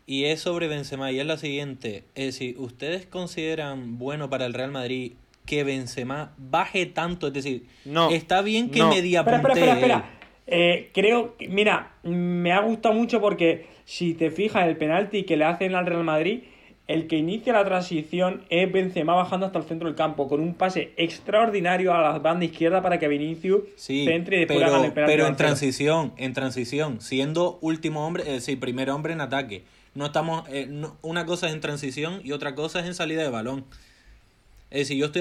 Y es sobre Benzema y es la siguiente. Es decir, ¿ustedes consideran bueno para el Real Madrid que Benzema baje tanto? Es decir, No, está bien que no. media Espera, espera, espera, puntee. espera. Eh, creo que, mira, me ha gustado mucho porque si te fijas el penalti que le hacen al Real Madrid, el que inicia la transición es Benzema bajando hasta el centro del campo con un pase extraordinario a la banda izquierda para que Vinicius Sí, centre y después le hagan pero, el penalti. pero en delantero. transición, en transición, siendo último hombre, es decir, primer hombre en ataque. No estamos, eh, no- una cosa es en transición y otra cosa es en salida de balón. Es decir, yo estoy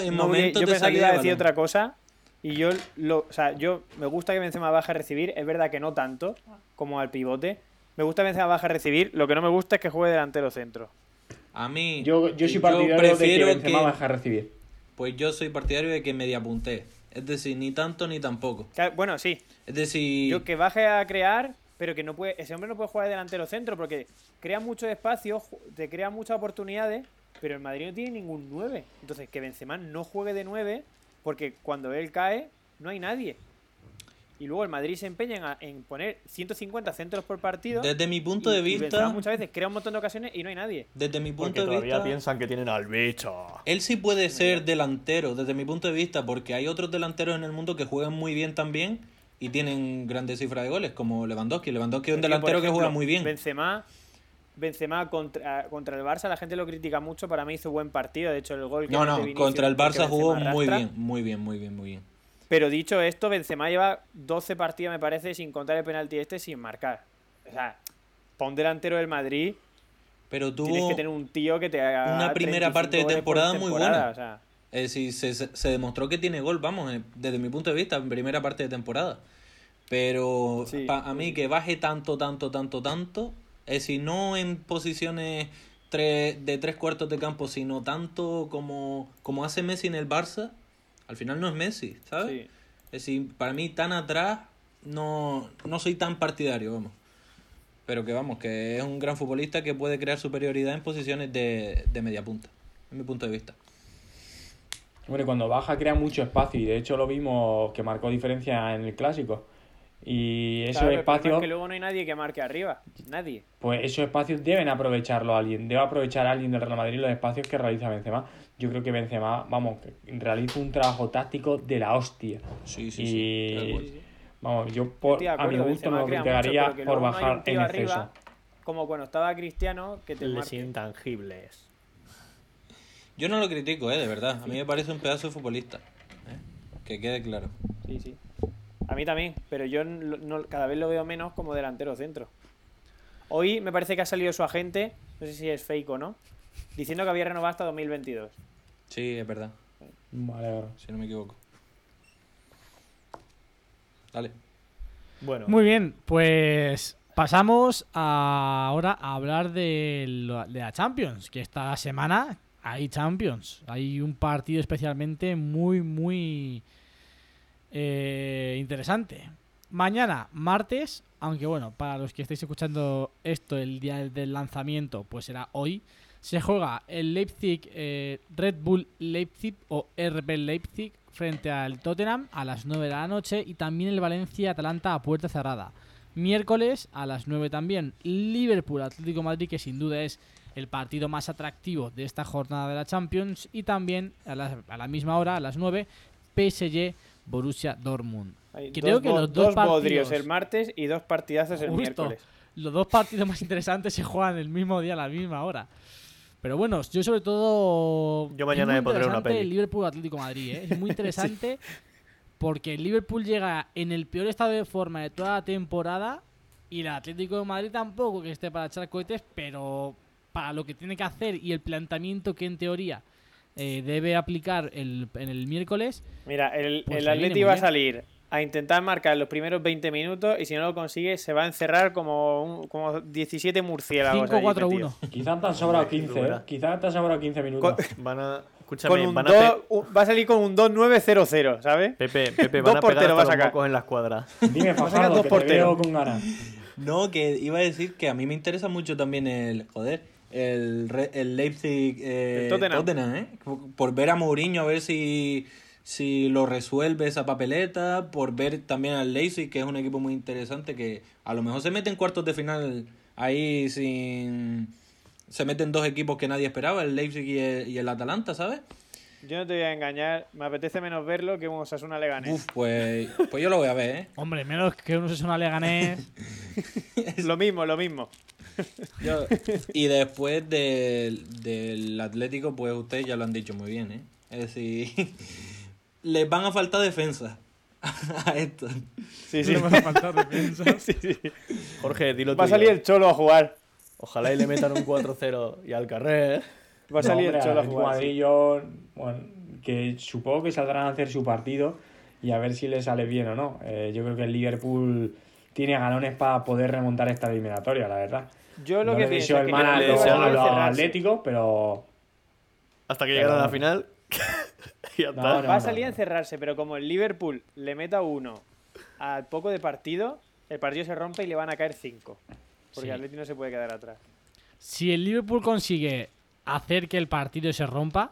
Yo en no voy- momentos yo de pensaba que salida iba a de decir balón. otra cosa y yo lo, o sea, yo me gusta que Benzema baja a recibir, es verdad que no tanto como al pivote. Me gusta que Benzema baja a recibir, lo que no me gusta es que juegue delantero centro. A mí, Yo, yo soy partidario de que prefiero Benzema que- baja a recibir. Pues yo soy partidario de que media puntee. Es decir, ni tanto ni tampoco. Claro, Bueno, sí, Es decir, Yo que baje a crear, pero que no puede, ese hombre no puede jugar de delantero centro porque crea mucho espacio, ju- te crea muchas oportunidades, pero el Madrid no tiene ningún 9. Entonces, que Benzema no juegue de 9 porque cuando él cae no hay nadie. Y luego el Madrid se empeña en, a- en poner 150 centros por partido. desde mi punto y- de y Benzema vista, muchas veces crea un montón de ocasiones y no hay nadie. desde mi Porque punto de todavía vista, piensan que tienen al bicho. él sí puede ser delantero, desde mi punto de vista, porque hay otros delanteros en el mundo que juegan muy bien también y tienen grandes cifras de goles, como Lewandowski. Lewandowski es un Porque, por delantero que juega ejemplo, muy bien. Benzema, Benzema contra, contra el Barça, la gente lo critica mucho, para mí hizo buen partido, de hecho el gol que No, mete no, Vinicius, contra el porque Barça jugó Benzema muy arrastra, bien, muy bien, muy bien, muy bien. Pero dicho esto, Benzema lleva 12 partidas, me parece, sin contar el penalti este, sin marcar. O sea, para un delantero del Madrid, Pero tienes tuvo, que tener un tío que te haga. una 35 primera parte de goles por temporada muy buena. temporada, o sea. Es decir, se, se- se demostró que tiene gol, vamos, eh, desde mi punto de vista, en primera parte de temporada. Pero Sí, pa- a mí que baje tanto, tanto, tanto, tanto, es decir, no en posiciones tres, de tres cuartos de campo, sino tanto como, como hace Messi en el Barça, al final no es Messi, ¿sabes? Sí. Es decir, para mí tan atrás no, no soy tan partidario, vamos. Pero que vamos, que es un gran futbolista que puede crear superioridad en posiciones de, de media punta, en mi punto de vista. Hombre, cuando baja crea mucho espacio y de hecho lo vimos que marcó diferencia en el clásico. Y esos Claro, pero el problema espacios, es que luego no hay nadie que marque arriba. Nadie. pues esos espacios deben aprovecharlo alguien, debe aprovechar alguien del Real Madrid los espacios que realiza Benzema. Yo creo que Benzema, vamos, que realiza un trabajo táctico de la hostia. Sí, sí, sí. estoy de acuerdo. Y vamos, yo por, Estoy de a mi acuerdo, gusto Benzema no lo crea criticaría mucho, pero que por luego no hay un bajar en tío arriba, exceso. Como cuando estaba Cristiano, que te Les marque. intangibles. Yo no lo critico, eh, de verdad. A mí me parece un pedazo de futbolista. ¿eh? Que quede claro. Sí, sí. A mí también, pero yo no- no- cada vez lo veo menos como delantero centro. Hoy me parece que ha salido su agente, no sé si es fake o no, diciendo que había renovado hasta 2022. Sí, es verdad, Vale, vale. si no me equivoco. Dale. Bueno, Muy bien, pues pasamos a- ahora a hablar de, la- de la Champions, que esta semana hay Champions. Hay un partido especialmente muy, muy eh, interesante. Mañana, martes, aunque bueno, para los que estáis escuchando esto el día del lanzamiento, pues será hoy. Se juega el Leipzig, eh, Red Bull Leipzig o RB Leipzig frente al Tottenham a las 9 de la noche y también el Valencia Atalanta a puerta cerrada. Miércoles a las 9 también Liverpool Atlético de Madrid que sin duda es el partido más atractivo de esta jornada de la Champions y también a la, a la misma hora a las 9 PSG Borussia Dortmund. Hay Creo dos que bo- los dos dos bodrios partidos- el martes y dos partidazos el Justo. miércoles. Los dos partidos más interesantes se juegan el mismo día, a la misma hora. Pero bueno, yo sobre todo. Yo mañana es muy me pondré una interesante peli. el Liverpool Atlético Madrid, ¿eh? Es muy interesante porque el Liverpool llega en el peor estado de forma de toda la temporada y el Atlético de Madrid tampoco que esté para echar cohetes, pero para lo que tiene que hacer y el planteamiento que en teoría eh, debe aplicar el- en el miércoles, Mira, el, Pues el le viene Atleti muy va a bien. salir a intentar marcar los primeros 20 minutos y si no lo consigue se va a encerrar como, un- como 17 murciélagos. allí metidos. 5-4-1. Quizás te han sobrado 15, ¿eh? Quizás te han sobrado 15 minutos. Con- Van a. Escúchame, Con un van a. dos- pe- un- va a salir con un 2-9-0-0, ¿sabes? Pepe, Pepe, Dos van a pegar porteros va a hasta los sacar. mocos en la escuadra. Dime, a sacar Fajardo, dos que te porteros. veo con ganas. No, que iba a decir que a mí me interesa mucho también el. Joder, el, Re- el Leipzig. eh, El Tottenham. ¿eh? Por ver a Mourinho, a ver si, si lo resuelve esa papeleta. Por ver también al Leipzig, que es un equipo muy interesante que a lo mejor se mete en cuartos de final ahí sin. Se meten dos equipos que nadie esperaba, el Leipzig y el, y el Atalanta, ¿sabes? Yo no te voy a engañar, me apetece menos verlo que un Osasuna Leganés. Uf, pues, pues yo lo voy a ver, ¿eh? Hombre, menos que uno se suena a Leganés. Lo mismo, lo mismo. Yo- y después del, del Atlético, pues ustedes ya lo han dicho muy bien, ¿eh? Es decir, les van a faltar defensa a esto. Sí, sí. No me va a faltar defensa. Jorge, dilo tú. Va a salir el Cholo a jugar. Ojalá y le metan un 4-0 y al carrer. ¿eh? Va a salir No, el hombre, Cholo a el jugar. sí. cuadrillo, bueno, que supongo que saldrán a hacer su partido y a ver si le sale bien o no. Eh, yo creo que el Liverpool tiene galones para poder remontar esta eliminatoria, la verdad. Yo lo no que le pienso deseo es el que mal no a le los, van a a los cerrarse. Atlético, pero Hasta que llegaron a la final. y ya No, está. Va a no, salir a no. encerrarse, pero como el Liverpool le meta uno al poco de partido, el partido se rompe y le van a caer cinco. Porque Sí. el Atleti no se puede quedar atrás. Si el Liverpool consigue hacer que el partido se rompa,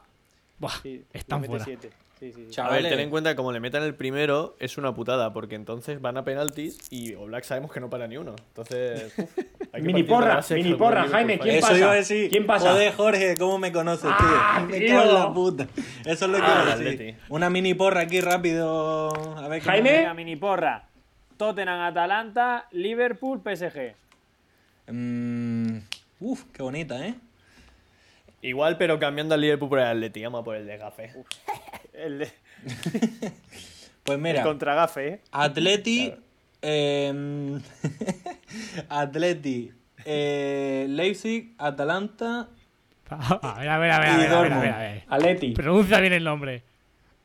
¡buah! Sí, están le mete fuera. siete. Sí, sí, sí. A ver, Chavales, ten en cuenta que como le metan el primero, es una putada, porque entonces van a penaltis y Oblak sabemos que no para ni uno. Entonces. uf, hay que partir Mini de porra, la base que mini el porra, Liverpool Jaime, falla. ¿quién eso pasa? iba a decir. ¿Quién pasa? Joder, Jorge, ¿cómo me conoces, tío? Ah, me tío. cago en la puta. Eso es lo que iba Ah, a Atleti. decir. Una mini porra aquí rápido. A ver qué Jaime. nos- Venga, mini porra. Tottenham, Atalanta, Liverpool, PSG. Mm, uf, qué bonita, ¿eh? Igual, pero cambiando al Liverpool por el Atleti, vamos a por el desgafe. El, de- Pues el mira. contragafe, ¿eh? Atleti. em, Atleti. eh, Leipzig, Atalanta. A ver, a ver, a ver, a ver, a ver, a ver, a ver. Atleti. Pronuncia bien el nombre.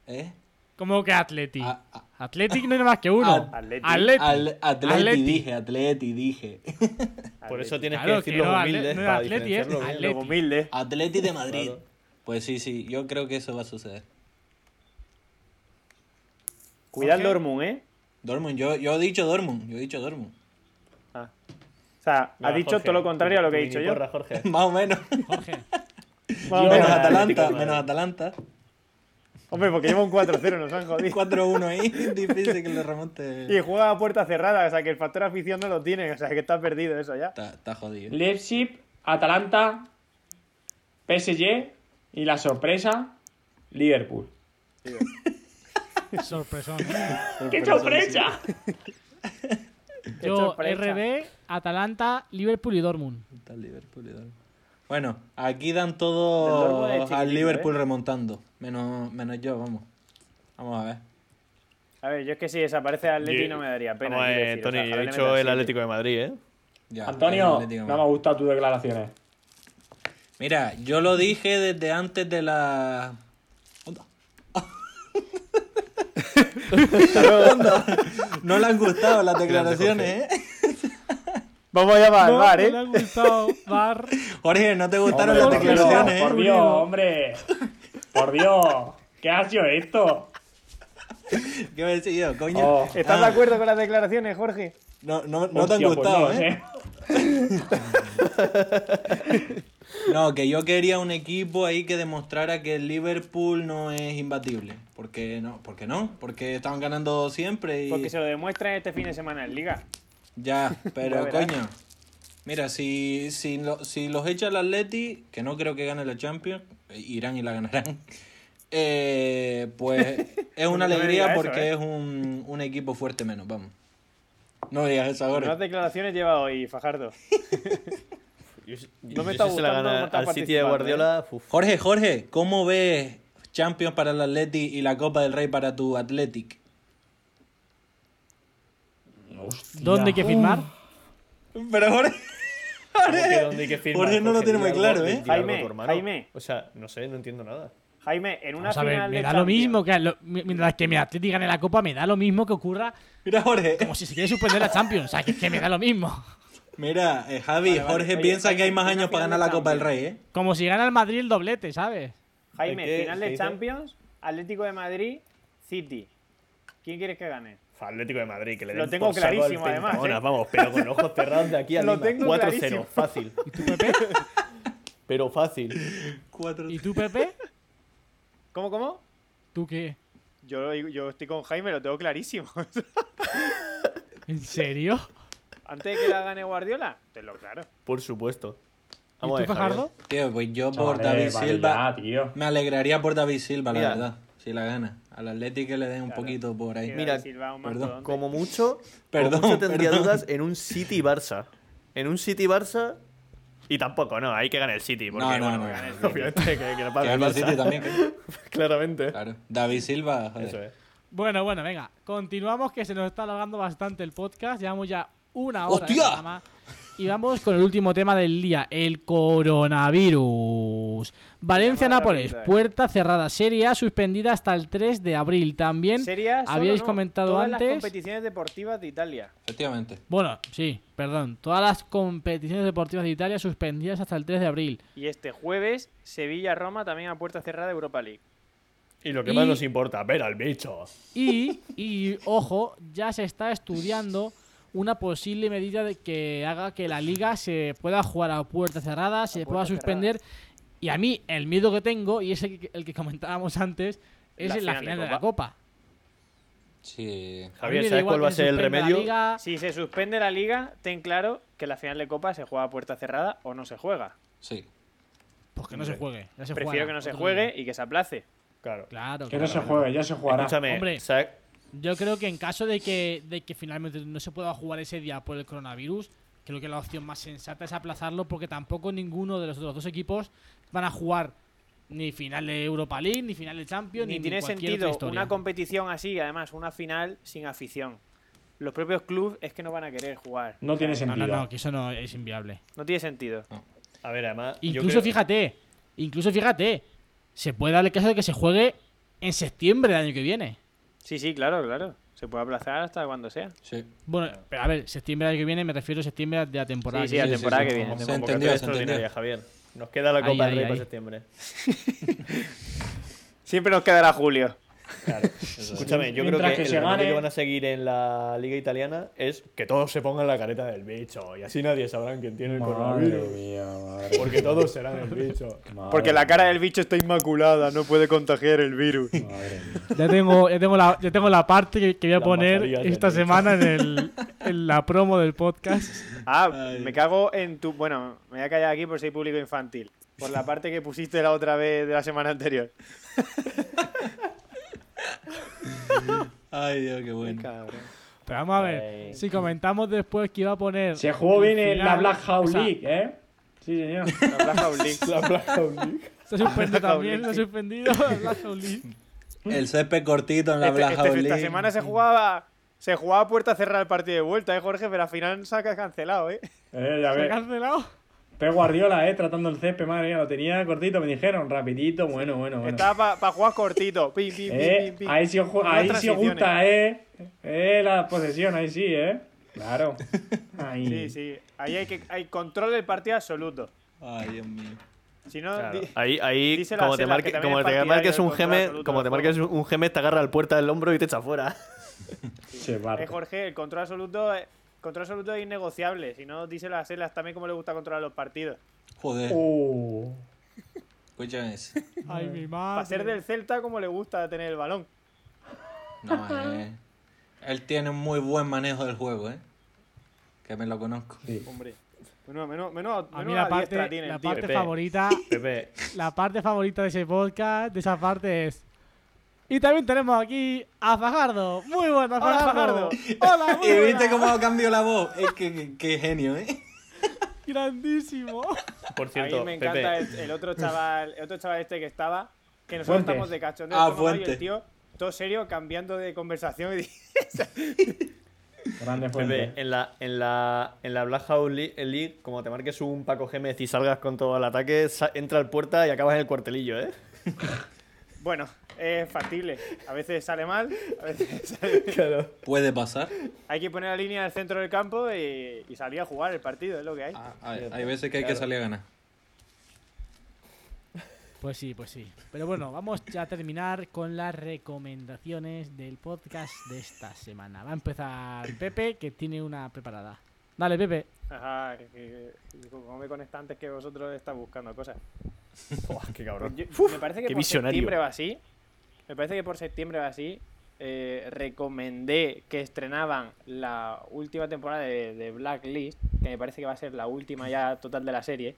¿eh? ¿Cómo que Atleti? A- a- Atletic no hay más que uno. A- Atleti. Atleti. Al- Atleti, Atleti. dije, Atleti, dije. Por eso tienes Claro, que que decirlo no, Atle- humilde no era para Atleti, es diferenciarlo. Atleti. Los humildes. Atleti de Madrid. Claro. Pues sí, sí, yo creo que eso va a suceder. Cuidado el Jorge. Dortmund, ¿eh? Dortmund, yo, yo he dicho Dortmund, yo he dicho Dortmund. O sea, ha Venga, dicho Jorge, todo lo contrario a lo tu que he mini dicho yo. porra, Jorge. Más o menos. Jorge. Más o menos menos. Atalanta, menos Atalanta. Hombre, porque lleva un 4-0, nos han jodido. 4-1 ahí, difícil que le Y remonte. juega a puerta cerrada, o sea que el factor afición no lo tiene, o sea que está perdido eso ya. Está, está jodido. Leipzig, Atalanta, PSG y la sorpresa, Liverpool. Sorpresón. ¡Qué sorpresa! Qué Yo, sorpresa. RB, Atalanta, Liverpool y Dortmund. Está Liverpool y Dortmund. Bueno, aquí dan El Dortmund es todo chiquitito, al Liverpool ¿eh? remontando. Menos, menos yo, vamos. Vamos a ver. A ver, yo es que si desaparece el Atleti Yo- no me daría pena. Vamos, quiero eh, decir, o Tony, sea, yo ojalá he le dicho el metan siete. Atlético de Madrid, ¿eh? Ya, Antonio, el Atlético de no me ha Madrid. gustado eh. tus declaraciones. Mira, yo lo dije desde antes de la. Onda. Onda. No le han gustado las declaraciones, ¿eh? Vamos a llamar al No, bar, no ¿eh? le ha gustado. Bar. Jorge, no te gustaron Hombre, las por, Dios, declaraciones, por ¿eh? Dios, hombre. Por Dios. ¿Qué ha sido esto? ¿Qué me decís yo, coño? Oh. ¿Estás de Ah, acuerdo con las declaraciones, Jorge? No, no, no te han Hostia, pues gustado, no, ¿eh? No, que yo quería un equipo ahí que demostrara que el Liverpool no es imbatible. ¿Por qué no? ¿Por qué no? Porque estaban ganando siempre y... Porque se lo demuestran este fin de semana en Liga. Ya, Ya pero Pues verás. coño. Mira, si, si, lo- si los echa el Atleti, que no creo que gane la Champions, eh, irán y la ganarán. Eh, pues es No me una alegría digas eso, porque ¿eh? es un, un equipo fuerte menos, vamos. No me digas eso ahora. Unas declaraciones lleva hoy Fajardo. Yo, si- No yo me está si se la gustando ¿eh? gana cómo está al City de participando, Guardiola. uf. Jorge, Jorge, ¿cómo ves Champions para el Atleti y la Copa del Rey para tu Athletic? ¿Dónde hay que firmar? Pero Jorge, ¿Cómo que dónde hay que firmar? Jorge no lo tiene muy di algo, claro, di ¿eh? algo a tu Jaime, hermano. Jaime. O sea, no sé, no entiendo nada. Jaime, en una Vamos a ver, final me de da lo Champions- mismo que lo- mientras que mi Atlético gane la Copa, me da lo mismo que ocurra mira Jorge, como si se quiere suspender la Champions. O sea, que, que me da lo mismo. mira eh, Javi, vale. Jorge Oye, piensa que hay más una años para final de ganar la Copa del Champions. Rey, ¿eh? Como si gana el Madrid el doblete, ¿sabes? Jaime, ¿De qué? final ¿Qué de dice? Champions, Atlético de Madrid, City. ¿Quién quieres que gane? Atlético de Madrid, que le Lo den tengo por saco al clarísimo, además, Pentagonas, ¿eh? Vamos, pero con ojos cerrados de aquí a Lo Lima. tengo 4-0, clarísimo. fácil. pero fácil. Cuatro. ¿Y tú, Pepe? ¿Cómo, cómo? ¿Tú qué? Yo, yo estoy con Jaime, lo tengo clarísimo. ¿En serio? Antes de que la gane Guardiola, te lo claro. Por supuesto. ¿Y tú, Vamos a ver, Javier. Fajardo? Tío, pues yo por Chavales, David vale Silva. ya, tío. Me alegraría por David Silva, la Mira. verdad, si la gana. Al Atleti que le den un poquito por ahí. Mira, Silva, un perdón, mastodonte. Como mucho, Perdón, como mucho tendría perdón. dudas en un City Barça. En un City Barça. Y tampoco, no, hay que ganar el City. Porque, No, no, bueno, no, que gane no, el no. City, obviamente, que, que lo Que pague el gane el Barça. City también, que- Claramente. Claro. David Silva, joder. Eso es. Bueno, bueno, venga. Continuamos que se nos está alargando bastante el podcast. Llevamos ya una hora de ¡Hostia! programa. Y vamos con el último tema del día, el coronavirus. Valencia-Nápoles, Maravilla, eh. puerta cerrada, Serie A suspendida hasta el 3 de abril. También Sería solo, habíais no, comentado todas las antes... competiciones deportivas de Italia. Efectivamente. Bueno, sí, perdón. Todas las competiciones deportivas de Italia suspendidas hasta el 3 de abril. Y este jueves, Sevilla-Roma también a puerta cerrada Europa League. Y lo que Y- más nos importa, ver al bicho. Y, y, ojo, ya se está estudiando una posible medida de que haga que la liga se pueda jugar a puerta cerrada, se pueda puerta suspender. Y a mí, el miedo que tengo, y es el que, el que comentábamos antes, es La en la final de final de, la Copa. Sí. A mí me Javier, da ¿sabes igual cuál que va a se ser el suspenda la remedio? liga. Si se suspende la liga, ten claro que la final de Copa se juega a puerta cerrada o no se juega. Sí. Pues que no se juegue. ya se Prefiero jugará que no se otro juegue día. y que se aplace. Claro. Claro, Que no claro. se juegue, ya se jugará. Escúchame, Hombre. ¿sabes? Yo creo que en caso de que, de que finalmente no se pueda jugar ese día por el coronavirus, creo que la opción más sensata es aplazarlo porque tampoco ninguno de los otros dos equipos van a jugar ni final de Europa League, ni final de Champions, ni, Ni tiene cualquier sentido otra historia. una competición así, además una final sin afición. Los propios clubes es que no van a querer jugar. No tiene No, no, sentido. no, que eso no es inviable. No tiene sentido. A ver, además. yo Incluso creo- fíjate, incluso fíjate, se puede dar el caso de que se juegue en septiembre del año que viene. Sí, sí, claro, claro. Se puede aplazar hasta cuando sea. Sí. Bueno, pero a ver, septiembre del año que viene me refiero a septiembre de la temporada. Sí, sí, que la viene. temporada sí, que sí. viene. Se Convocatoria entendió, se extraordinaria, entendió. Javier. Nos queda la Ahí, Copa ahí, del Rey para ahí. septiembre. Siempre nos quedará Julio. Escúchame, yo creo Mientras que, que el se camino gane- que van a seguir en la liga italiana es que todos se pongan la careta del bicho y así nadie sabrán quién tiene el Madre coronavirus. mía, madre Porque todos serán el bicho. madre Porque la cara del bicho está inmaculada, no puede contagiar el virus. madre mía. Ya tengo, ya tengo, la, ya tengo la parte que, que voy a Las poner mascarillas del esta bicho. semana en, el, en la promo del podcast. Ah, me cago en tu. Bueno, me voy a callar aquí por ser público infantil. Por la parte que pusiste la otra vez de la semana anterior. Ay, Dios, qué bueno. Cabrón. Pero vamos a ver, si comentamos después que iba a poner. Se jugó bien en la final, Black House o sea, League, ¿eh? Sí, señor. La Black Hawk League. Se suspendió Black Hawk también, se ha League, suspendido la Black Hawk League. El césped cortito en la Este- Blaja este- esta semana se jugaba. Se jugaba a puerta cerrada el partido de vuelta, eh, Jorge, pero al final se ha cancelado, eh. Eh, ya Se ha ves. cancelado. Pep Guardiola, eh, tratando el césped, madre mía, lo tenía cortito, me dijeron, rapidito, bueno, bueno, bueno. Estaba para jugar cortito. Pim, pim, pim, Eh, pim, pim. ahí sí os, ju- Unas ahí sí os transiciones. gusta, eh. Eh, la posesión, ahí sí, eh. Claro. Ahí. Sí, sí. Ahí hay que hay control del partido absoluto. Ay, Dios mío. Si no, Claro. di- Ahí, ahí, Dice la como te, Sela, marque- que también como te es partidario marques un del control geme, absoluto como del te marques un geme, te agarra al puerta del hombro y te echa fuera. Se parte. eh, Jorge, el control absoluto, eh, control absoluto es innegociable. Si no, díselo a Selas también como le gusta controlar los partidos. Joder, Oh. escucha eso. Ay, mi Para madre. ser del Celta como le gusta tener el balón. No, eh. Él tiene un muy buen manejo del juego, ¿eh? que me lo conozco. Hombre. Menos, menos, menos, A mí la parte, la parte Pepe. favorita, Pepe, la parte favorita de ese podcast, de esa parte es. Y también tenemos aquí a Fajardo. Muy buenas, Hola, Fajardo. Fajardo. Hola, muy Y viste buenas. cómo cambió la voz. Es que, que- que genio, ¿eh? Grandísimo. por A cierto, mí me encanta Pepe, el, el otro chaval, el otro chaval este que estaba, que nosotros Fuentes. estamos de cachondeo. Ah, estamos ahí, el Fuentes. tío, todo serio, cambiando de conversación y dice, Grande Pepe, fuente. en la, en la, en la Blackout League, eh, League, como te marques un Paco Gémez y salgas con todo el ataque, sa- entra al puerta y acabas en el cuartelillo, ¿eh? bueno, es factible. A veces sale mal, a veces sale bien. Claro. Puede pasar. Hay que poner la línea al centro del campo y, y salir a jugar el partido, es lo que hay. Ah, hay, hay veces que hay que salir a ganar. Pues sí, pues sí. Pero bueno, vamos ya a terminar con las recomendaciones del podcast de esta semana. Va a empezar Pepe, que tiene una preparada. Dale, Pepe. Ajá, que- que- que como me conecta antes que vosotros está buscando cosas. qué cabrón. Yo- me parece que qué por visionario. septiembre va así. Me parece que por septiembre va así. eh, recomendé que estrenaban la última temporada de, de Blacklist, que me parece que va a ser la última ya total de la serie.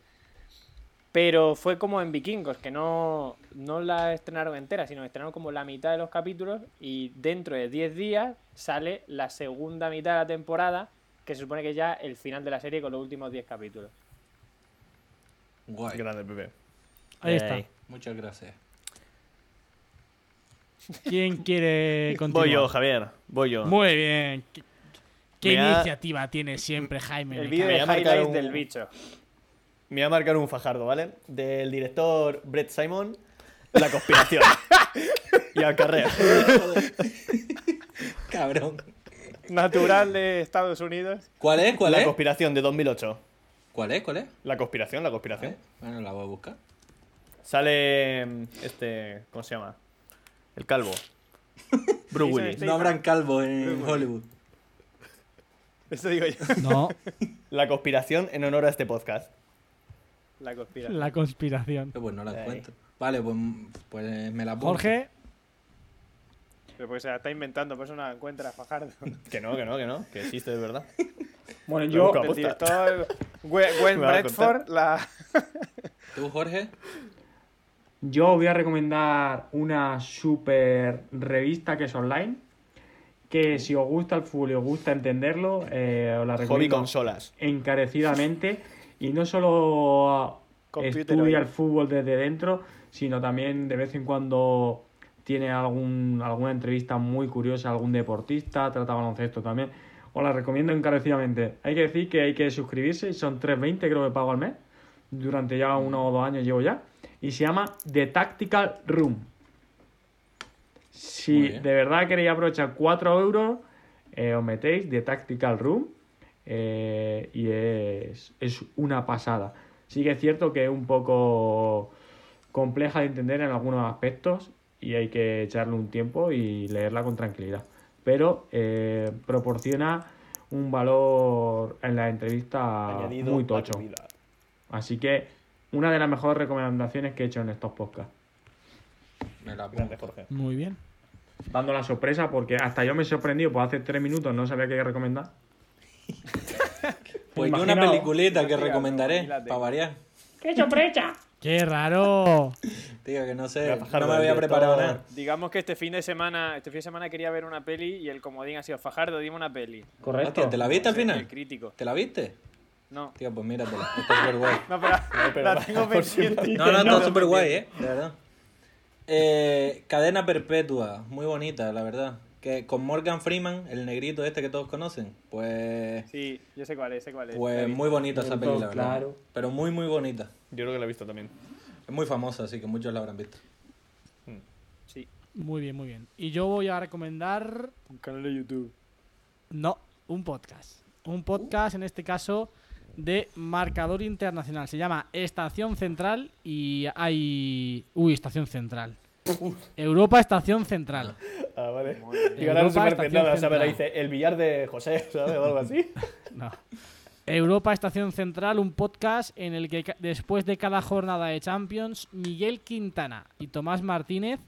Pero fue como en Vikingos, que no, no la estrenaron entera, sino que estrenaron como la mitad de los capítulos y dentro de 10 días sale la segunda mitad de la temporada, que se supone que es ya el final de la serie con los últimos 10 capítulos. Guay. Grande, Pepe. Ahí está. Ey. Muchas gracias. ¿Quién quiere continuar? Voy yo, Javier. Voy yo. Eh, Muy bien. ¿Qué, qué Me ha- iniciativa tiene siempre Jaime? El Me vídeo cago de voy a marcar highlights un- del bicho. Me voy a marcar un fajardo, ¿vale? Del director Brett Simon, La Conspiración. y al carrera. Cabrón. natural de Estados Unidos. ¿Cuál es? ¿Cuál La es? Conspiración de 2008. ¿Cuál es? ¿Cuál es? La Conspiración, La ¿Eh? Conspiración. Bueno, la voy a buscar. Sale mm, este, ¿cómo se llama? El calvo. Bruce Jason Willis. Statham. No habrán calvos en Hollywood. Eso digo yo. en- No, La Conspiración en honor a este podcast. La conspiración. la conspiración. Eh, Pues no la Ahí. encuentro. Vale, pues, pues me la pongo. Jorge, Pero porque se la está inventando, por eso no la encuentra Fajardo. Que no, que no, que no, que existe de verdad. Bueno, la yo, boca. El aposta. director Gwen Gwen Me va a contar. Bradford, la... ¿Tú, Jorge? yo voy a recomendar una super revista que es online. Que si os gusta el fútbol y os gusta entenderlo, eh, os la Hobby recomiendo. consolas. encarecidamente y no solo Computer estudia hoy. el fútbol desde dentro, sino también de vez en cuando tiene algún, alguna entrevista muy curiosa, algún deportista, trata baloncesto también. Os la recomiendo encarecidamente. Hay que decir que hay que suscribirse y son 3.20 creo que pago al mes. Durante ya uno o dos años llevo ya. Y se llama The Tactical Room. Muy Si bien. de verdad queréis aprovechar 4 euros, eh, os metéis de Tactical Room eh, y es, es una pasada. Sí que es cierto que es un poco compleja de entender en algunos aspectos y hay que echarle un tiempo y leerla con tranquilidad. Pero eh, proporciona un valor en la entrevista Añadido Ah, muy a tu tocho. vida. Así que una de las mejores recomendaciones que he hecho en estos podcasts. Me la pongo. Grande, Jorge. muy bien. Dando la sorpresa porque hasta yo me he sorprendido, pues hace tres minutos no sabía qué recomendar. Pues yo Imagino- una peliculita que Imagínate, recomendaré, ahí la tengo. para variar. ¡Qué sorpresa! ¡Qué raro! Tío, que no Voy sé, a bajar no me del había director. preparado nada. Digamos que este fin de semana este fin de semana quería ver una peli y el comodín ha sido Fajardo, dime una peli. Correcto. Hostia, ¿te la viste al El final? crítico. ¿Te la viste? No. Tío, pues míratela. Está súper guay. No, pero, pero la tengo por pendiente. No, no, está súper guay, eh. De verdad. Eh, Cadena Perpetua, muy bonita, la verdad. Que con Morgan Freeman, el negrito este que todos conocen, pues. Sí, yo sé cuál es, sé cuál es. Pues mm. muy bonita esa Brutal, película, ¿verdad? claro. Pero muy, muy bonita. Yo creo que la he visto también. Es muy famosa, así que muchos la habrán visto. Sí, Muy bien, muy bien. Y yo voy a recomendar un canal de YouTube. No, un podcast. Un podcast, en este caso, de marcador internacional. Se llama Estación Central y hay. Uy, Estación Central. Europa Estación Central. Ah, vale. Y Europa, ahora no se parece estación nada, ¿sabes? central. Ahora dice el billar de José, ¿sabes? O algo así. No. Europa Estación Central, un podcast en el que ca- después de cada jornada de Champions, Miguel Quintana y Tomás Martínez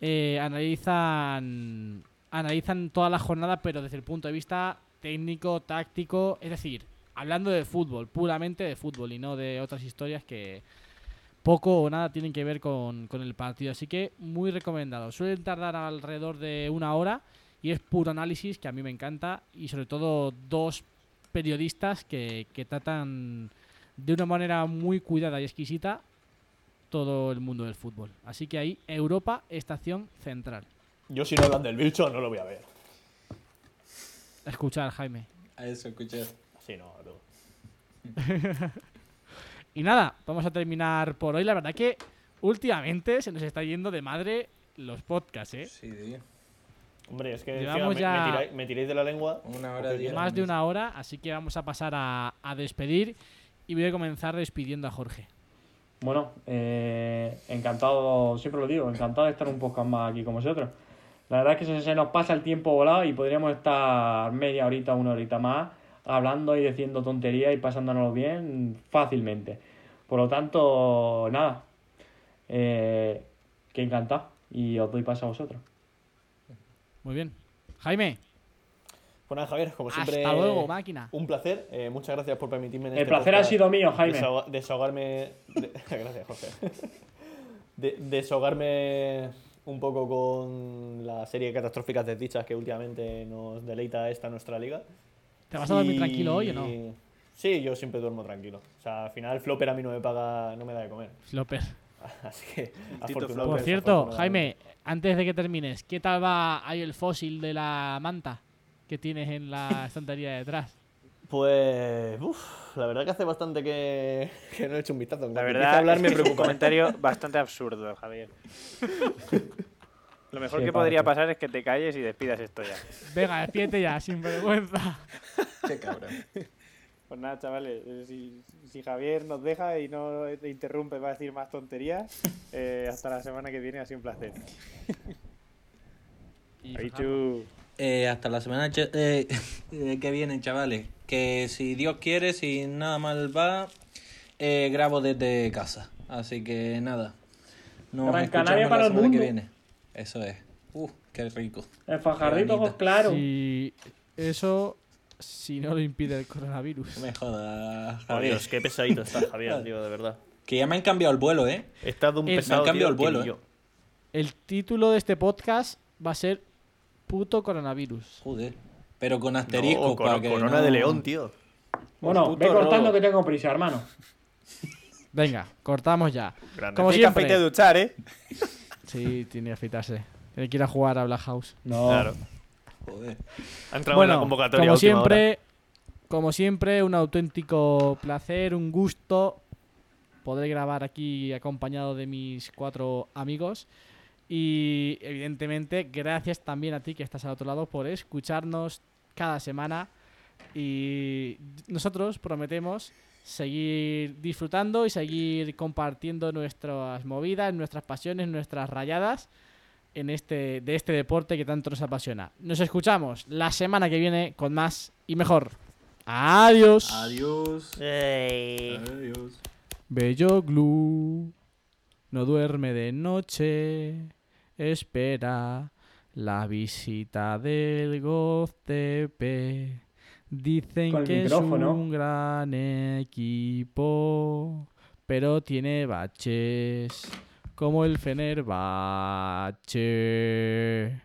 eh, analizan analizan toda la jornada, pero desde el punto de vista técnico, táctico, es decir, hablando de fútbol, puramente de fútbol y no de otras historias que poco o nada tienen que ver con, con el partido. Así que muy recomendado. Suelen tardar alrededor de una hora y es puro análisis que a mí me encanta y sobre todo dos periodistas que, que tratan de una manera muy cuidada y exquisita todo el mundo del fútbol. Así que ahí Europa, estación central. Yo si no hablan del bicho no lo voy a ver. Escuchar, Jaime. A eso escuché. Así no, no. Y nada, vamos a terminar por hoy. La verdad que últimamente se nos está yendo de madre los podcasts, ¿eh? Sí, tío. Hombre, es que Llevamos encima me, ya- me tiráis, me tiráis de la lengua. Una hora diez. Más de una hora, así que vamos a pasar a, a despedir. Y voy a comenzar despidiendo a Jorge. Bueno, eh, encantado, siempre lo digo, encantado de estar un podcast más aquí con vosotros. La verdad es que se, se nos pasa el tiempo volado y podríamos estar media horita, una horita más, hablando y diciendo tonterías y pasándonos bien fácilmente. Por lo tanto, nada, eh, que encantado y os doy paso a vosotros. Muy bien. Jaime, Pues nada, Javier, como siempre. hasta luego, máquina. Un placer. Eh, muchas gracias por permitirme. en El este placer ha podcast sido mío, Jaime. desahoga- desahogarme. de- gracias, Jorge. De- desahogarme un poco con la serie de catastróficas desdichas que últimamente nos deleita esta nuestra liga. ¿Te vas a dormir Y- tranquilo hoy o no? Sí, yo siempre duermo tranquilo. O sea, al final Flopper a mí no me paga, no me da de comer. López. Así que, Flopper. afortunadamente. Por cierto, desafortunadamente. Jaime, antes de que termines, ¿qué tal va ahí el fósil de la manta que tienes en la estantería de detrás? Pues, uf, la verdad que hace bastante que, que no he hecho un vistazo. En La cuanto verdad, empieza a hablar me es un preocupa. comentario bastante absurdo, Javier. Lo mejor Qué que podría parto. pasar es que te calles y despidas esto ya. Venga, despídete ya, sin vergüenza. Qué cabrón. Pues nada, chavales, eh, si, si Javier nos deja y no te interrumpe para decir más tonterías, eh, hasta la semana que viene ha sido un placer. Aichu. Eh, hasta la semana cha- eh, eh, que viene, chavales. Que si Dios quiere, si nada mal va, eh, grabo desde casa. Así que nada. Nos Gran escuchamos Canaria la para el semana que mundo. viene. Eso es. Uh, qué rico. El fajarrito, Bonita. ojos claros. Si eso, si no lo impide el coronavirus. No me jodas, Oh, Javier. Dios, qué pesadito estás, Javier, tío, de verdad. Que ya me han cambiado el vuelo, ¿eh? Estás de un Eh, me han pesado. cambiado tío, el vuelo, que eh. El título de este podcast va a ser Puto Coronavirus. Joder. Pero con ni yo. asterisco No, para cor- que corona no- de león, tío. Bueno, puto ve cortando robo. que tengo prisa, hermano. Venga, cortamos ya. Grande. Como siempre. duchar, ¿eh? Sí, tiene que afeitarse. Tiene que ir a jugar a Black House. No. Claro. Joder. Ha entrado en la convocatoria. a como última hora. siempre, como siempre, un auténtico placer, un gusto poder grabar aquí acompañado de mis cuatro amigos. Y evidentemente, gracias también a ti que estás al otro lado por escucharnos cada semana. Y nosotros prometemos seguir disfrutando y seguir compartiendo nuestras movidas, nuestras pasiones, nuestras rayadas en este, de este deporte que tanto nos apasiona. Nos escuchamos la semana que viene con más y mejor. Adiós. Adiós. Eh, Adiós. Bello Glu no duerme de noche, espera la visita del Goztepe. Dicen Con el que es micrófono. un gran equipo, pero tiene baches como el Fenerbahce.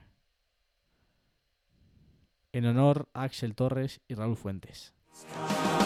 En honor a Axel Torres y Raúl Fuentes. It's